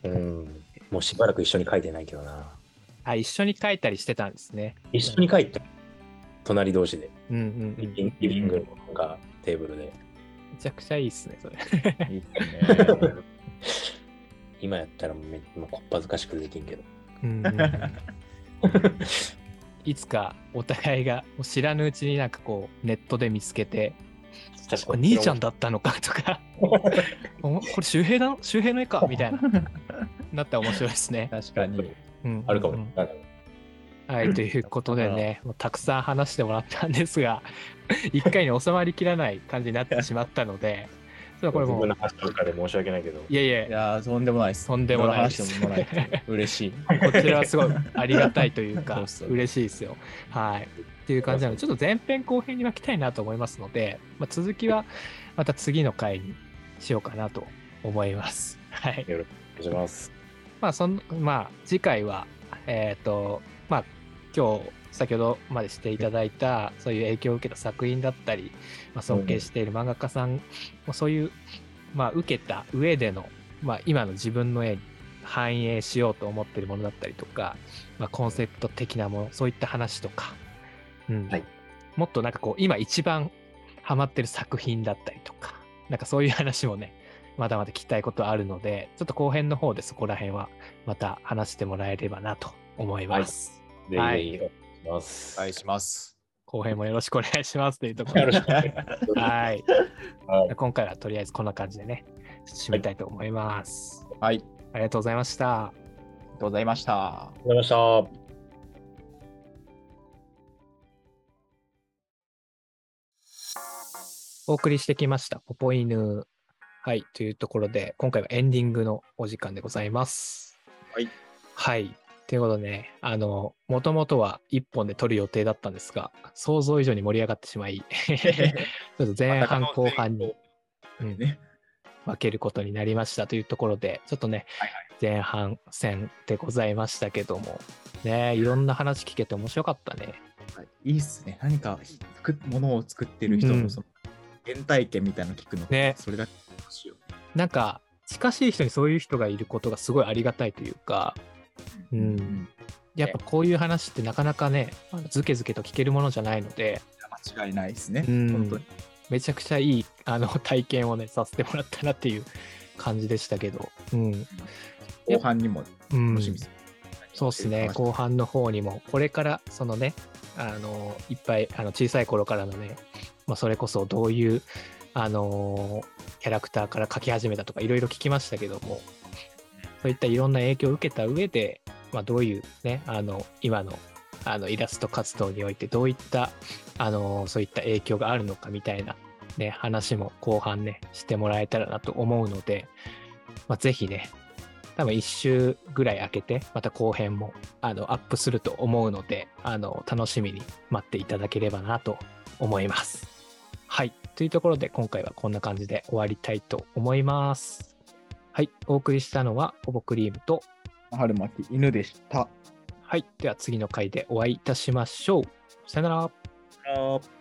うん。もうしばらく一緒に描いてないけどな。
あ一緒に書いたりしてたんですね。
一緒に描いて、隣同士で、
うんうんう
リ
ん。
ビンリビングのがテーブルで。
めちゃくちゃいいですね、それ。
いいですね。
今やったらめもうこっぱずかしくできんけど。
うんうんうん いつかお互いがもう知らぬうちになんかこうネットで見つけて、
確
これ兄ちゃんだったのか とか、おもこれ周平だの周平の絵かみたいな、なったら面白いですね。
確かに。
うん
あるかも。なんか
はい、ということでね、もうたくさん話してもらったんですが、 一回に収まりきらない感じになってしまったので、ちょっとこれ
自
も
分
う
の話とかで申し訳ないけど。
いやい
い
や、
やーとんでもないです。
とんでもないです
どの話してもらえて嬉しい。
こちらはすごいありがたいという
そ
か
う、そう
嬉しいですよ。はい。っていう感じなので、ちょっと前編後編に分きたいなと思いますので、まあ、続きはまた次の回にしようかなと思います。はい。
よろしくお願いします。
まあ、そん、まあ、次回は、えっ、と、まあ、今日、先ほどまでしていただいた、そういう影響を受けた作品だったり、まあ、尊敬している漫画家さん、まあそういう、まあ、受けた上での、まあ、今の自分の絵に反映しようと思っているものだったりとか、まあ、コンセプト的なもの、そういった話とか、うん。
はい
もっとなんかこう、今一番ハマってる作品だったりとか、なんかそういう話もね、まだまだ聞きたいことあるので、ちょっと後編の方でそこら辺はまた話してもらえればなと思います。
ぜひぜひお願いします。
お願いします。
後編もよろしくお願いしますというとこ
よ
ろ
ろ
で
しく。お願いします
はい。
はい
今回はとりあえずこんな感じでね、締めたいと思います。
はい。あり
ありがとうございました。
がとうございました。
ありがとうございました。
お送りしてきました、ポポイヌ。はい、というところで、今回はエンディングのお時間でございます。
はい。
はい。ということでね、あの、もともとは1本で撮る予定だったんですが、想像以上に盛り上がってしまい、ちょっと前半後半に。うん
ね
分けることになりましたというところで、ちょっとね、前半戦でございましたけども、ね、いろんな話聞けて面白かったね。
いいっすね。何か作っ物を作ってる人
うん
のその原体験みたいなの聞くの。
ね
それだけ欲しいよ。
なんか、近しい人にそういう人がいることがすごいありがたいというか、う、。
うん
やっぱこういう話ってなかなかね、あのずけずけと聞けるものじゃないので、
間違いないですね。
うん
本当に。
めちゃくちゃいいあの体験をね、させてもらったなっていう感じでしたけど、うん。
後半にも
うん
楽しみです。
そうですね、後半の方にも、これから、そのね、あの、いっぱい、あの、小さい頃からのね、まあ、それこそどういう、あの、キャラクターから描き始めたとか、いろいろ聞きましたけども、そういったいろんな影響を受けた上で、まあ、どういうね、あの、今の、あの、イラスト活動において、どういった、あの、そういった影響があるのかみたいな、ね、話も後半ね、してもらえたらなと思うので、まあ、ぜひね、多分1週ぐらい空けて、また後編もあのアップすると思うので、あの楽しみに待っていただければなと思います。はい。というところで、今回はこんな感じで終わりたいと思います。はい。お送りしたのは、ポポクリームと、
春巻き犬でした。
はい。では次の回でお会いいたしましょう。さよなら。
あー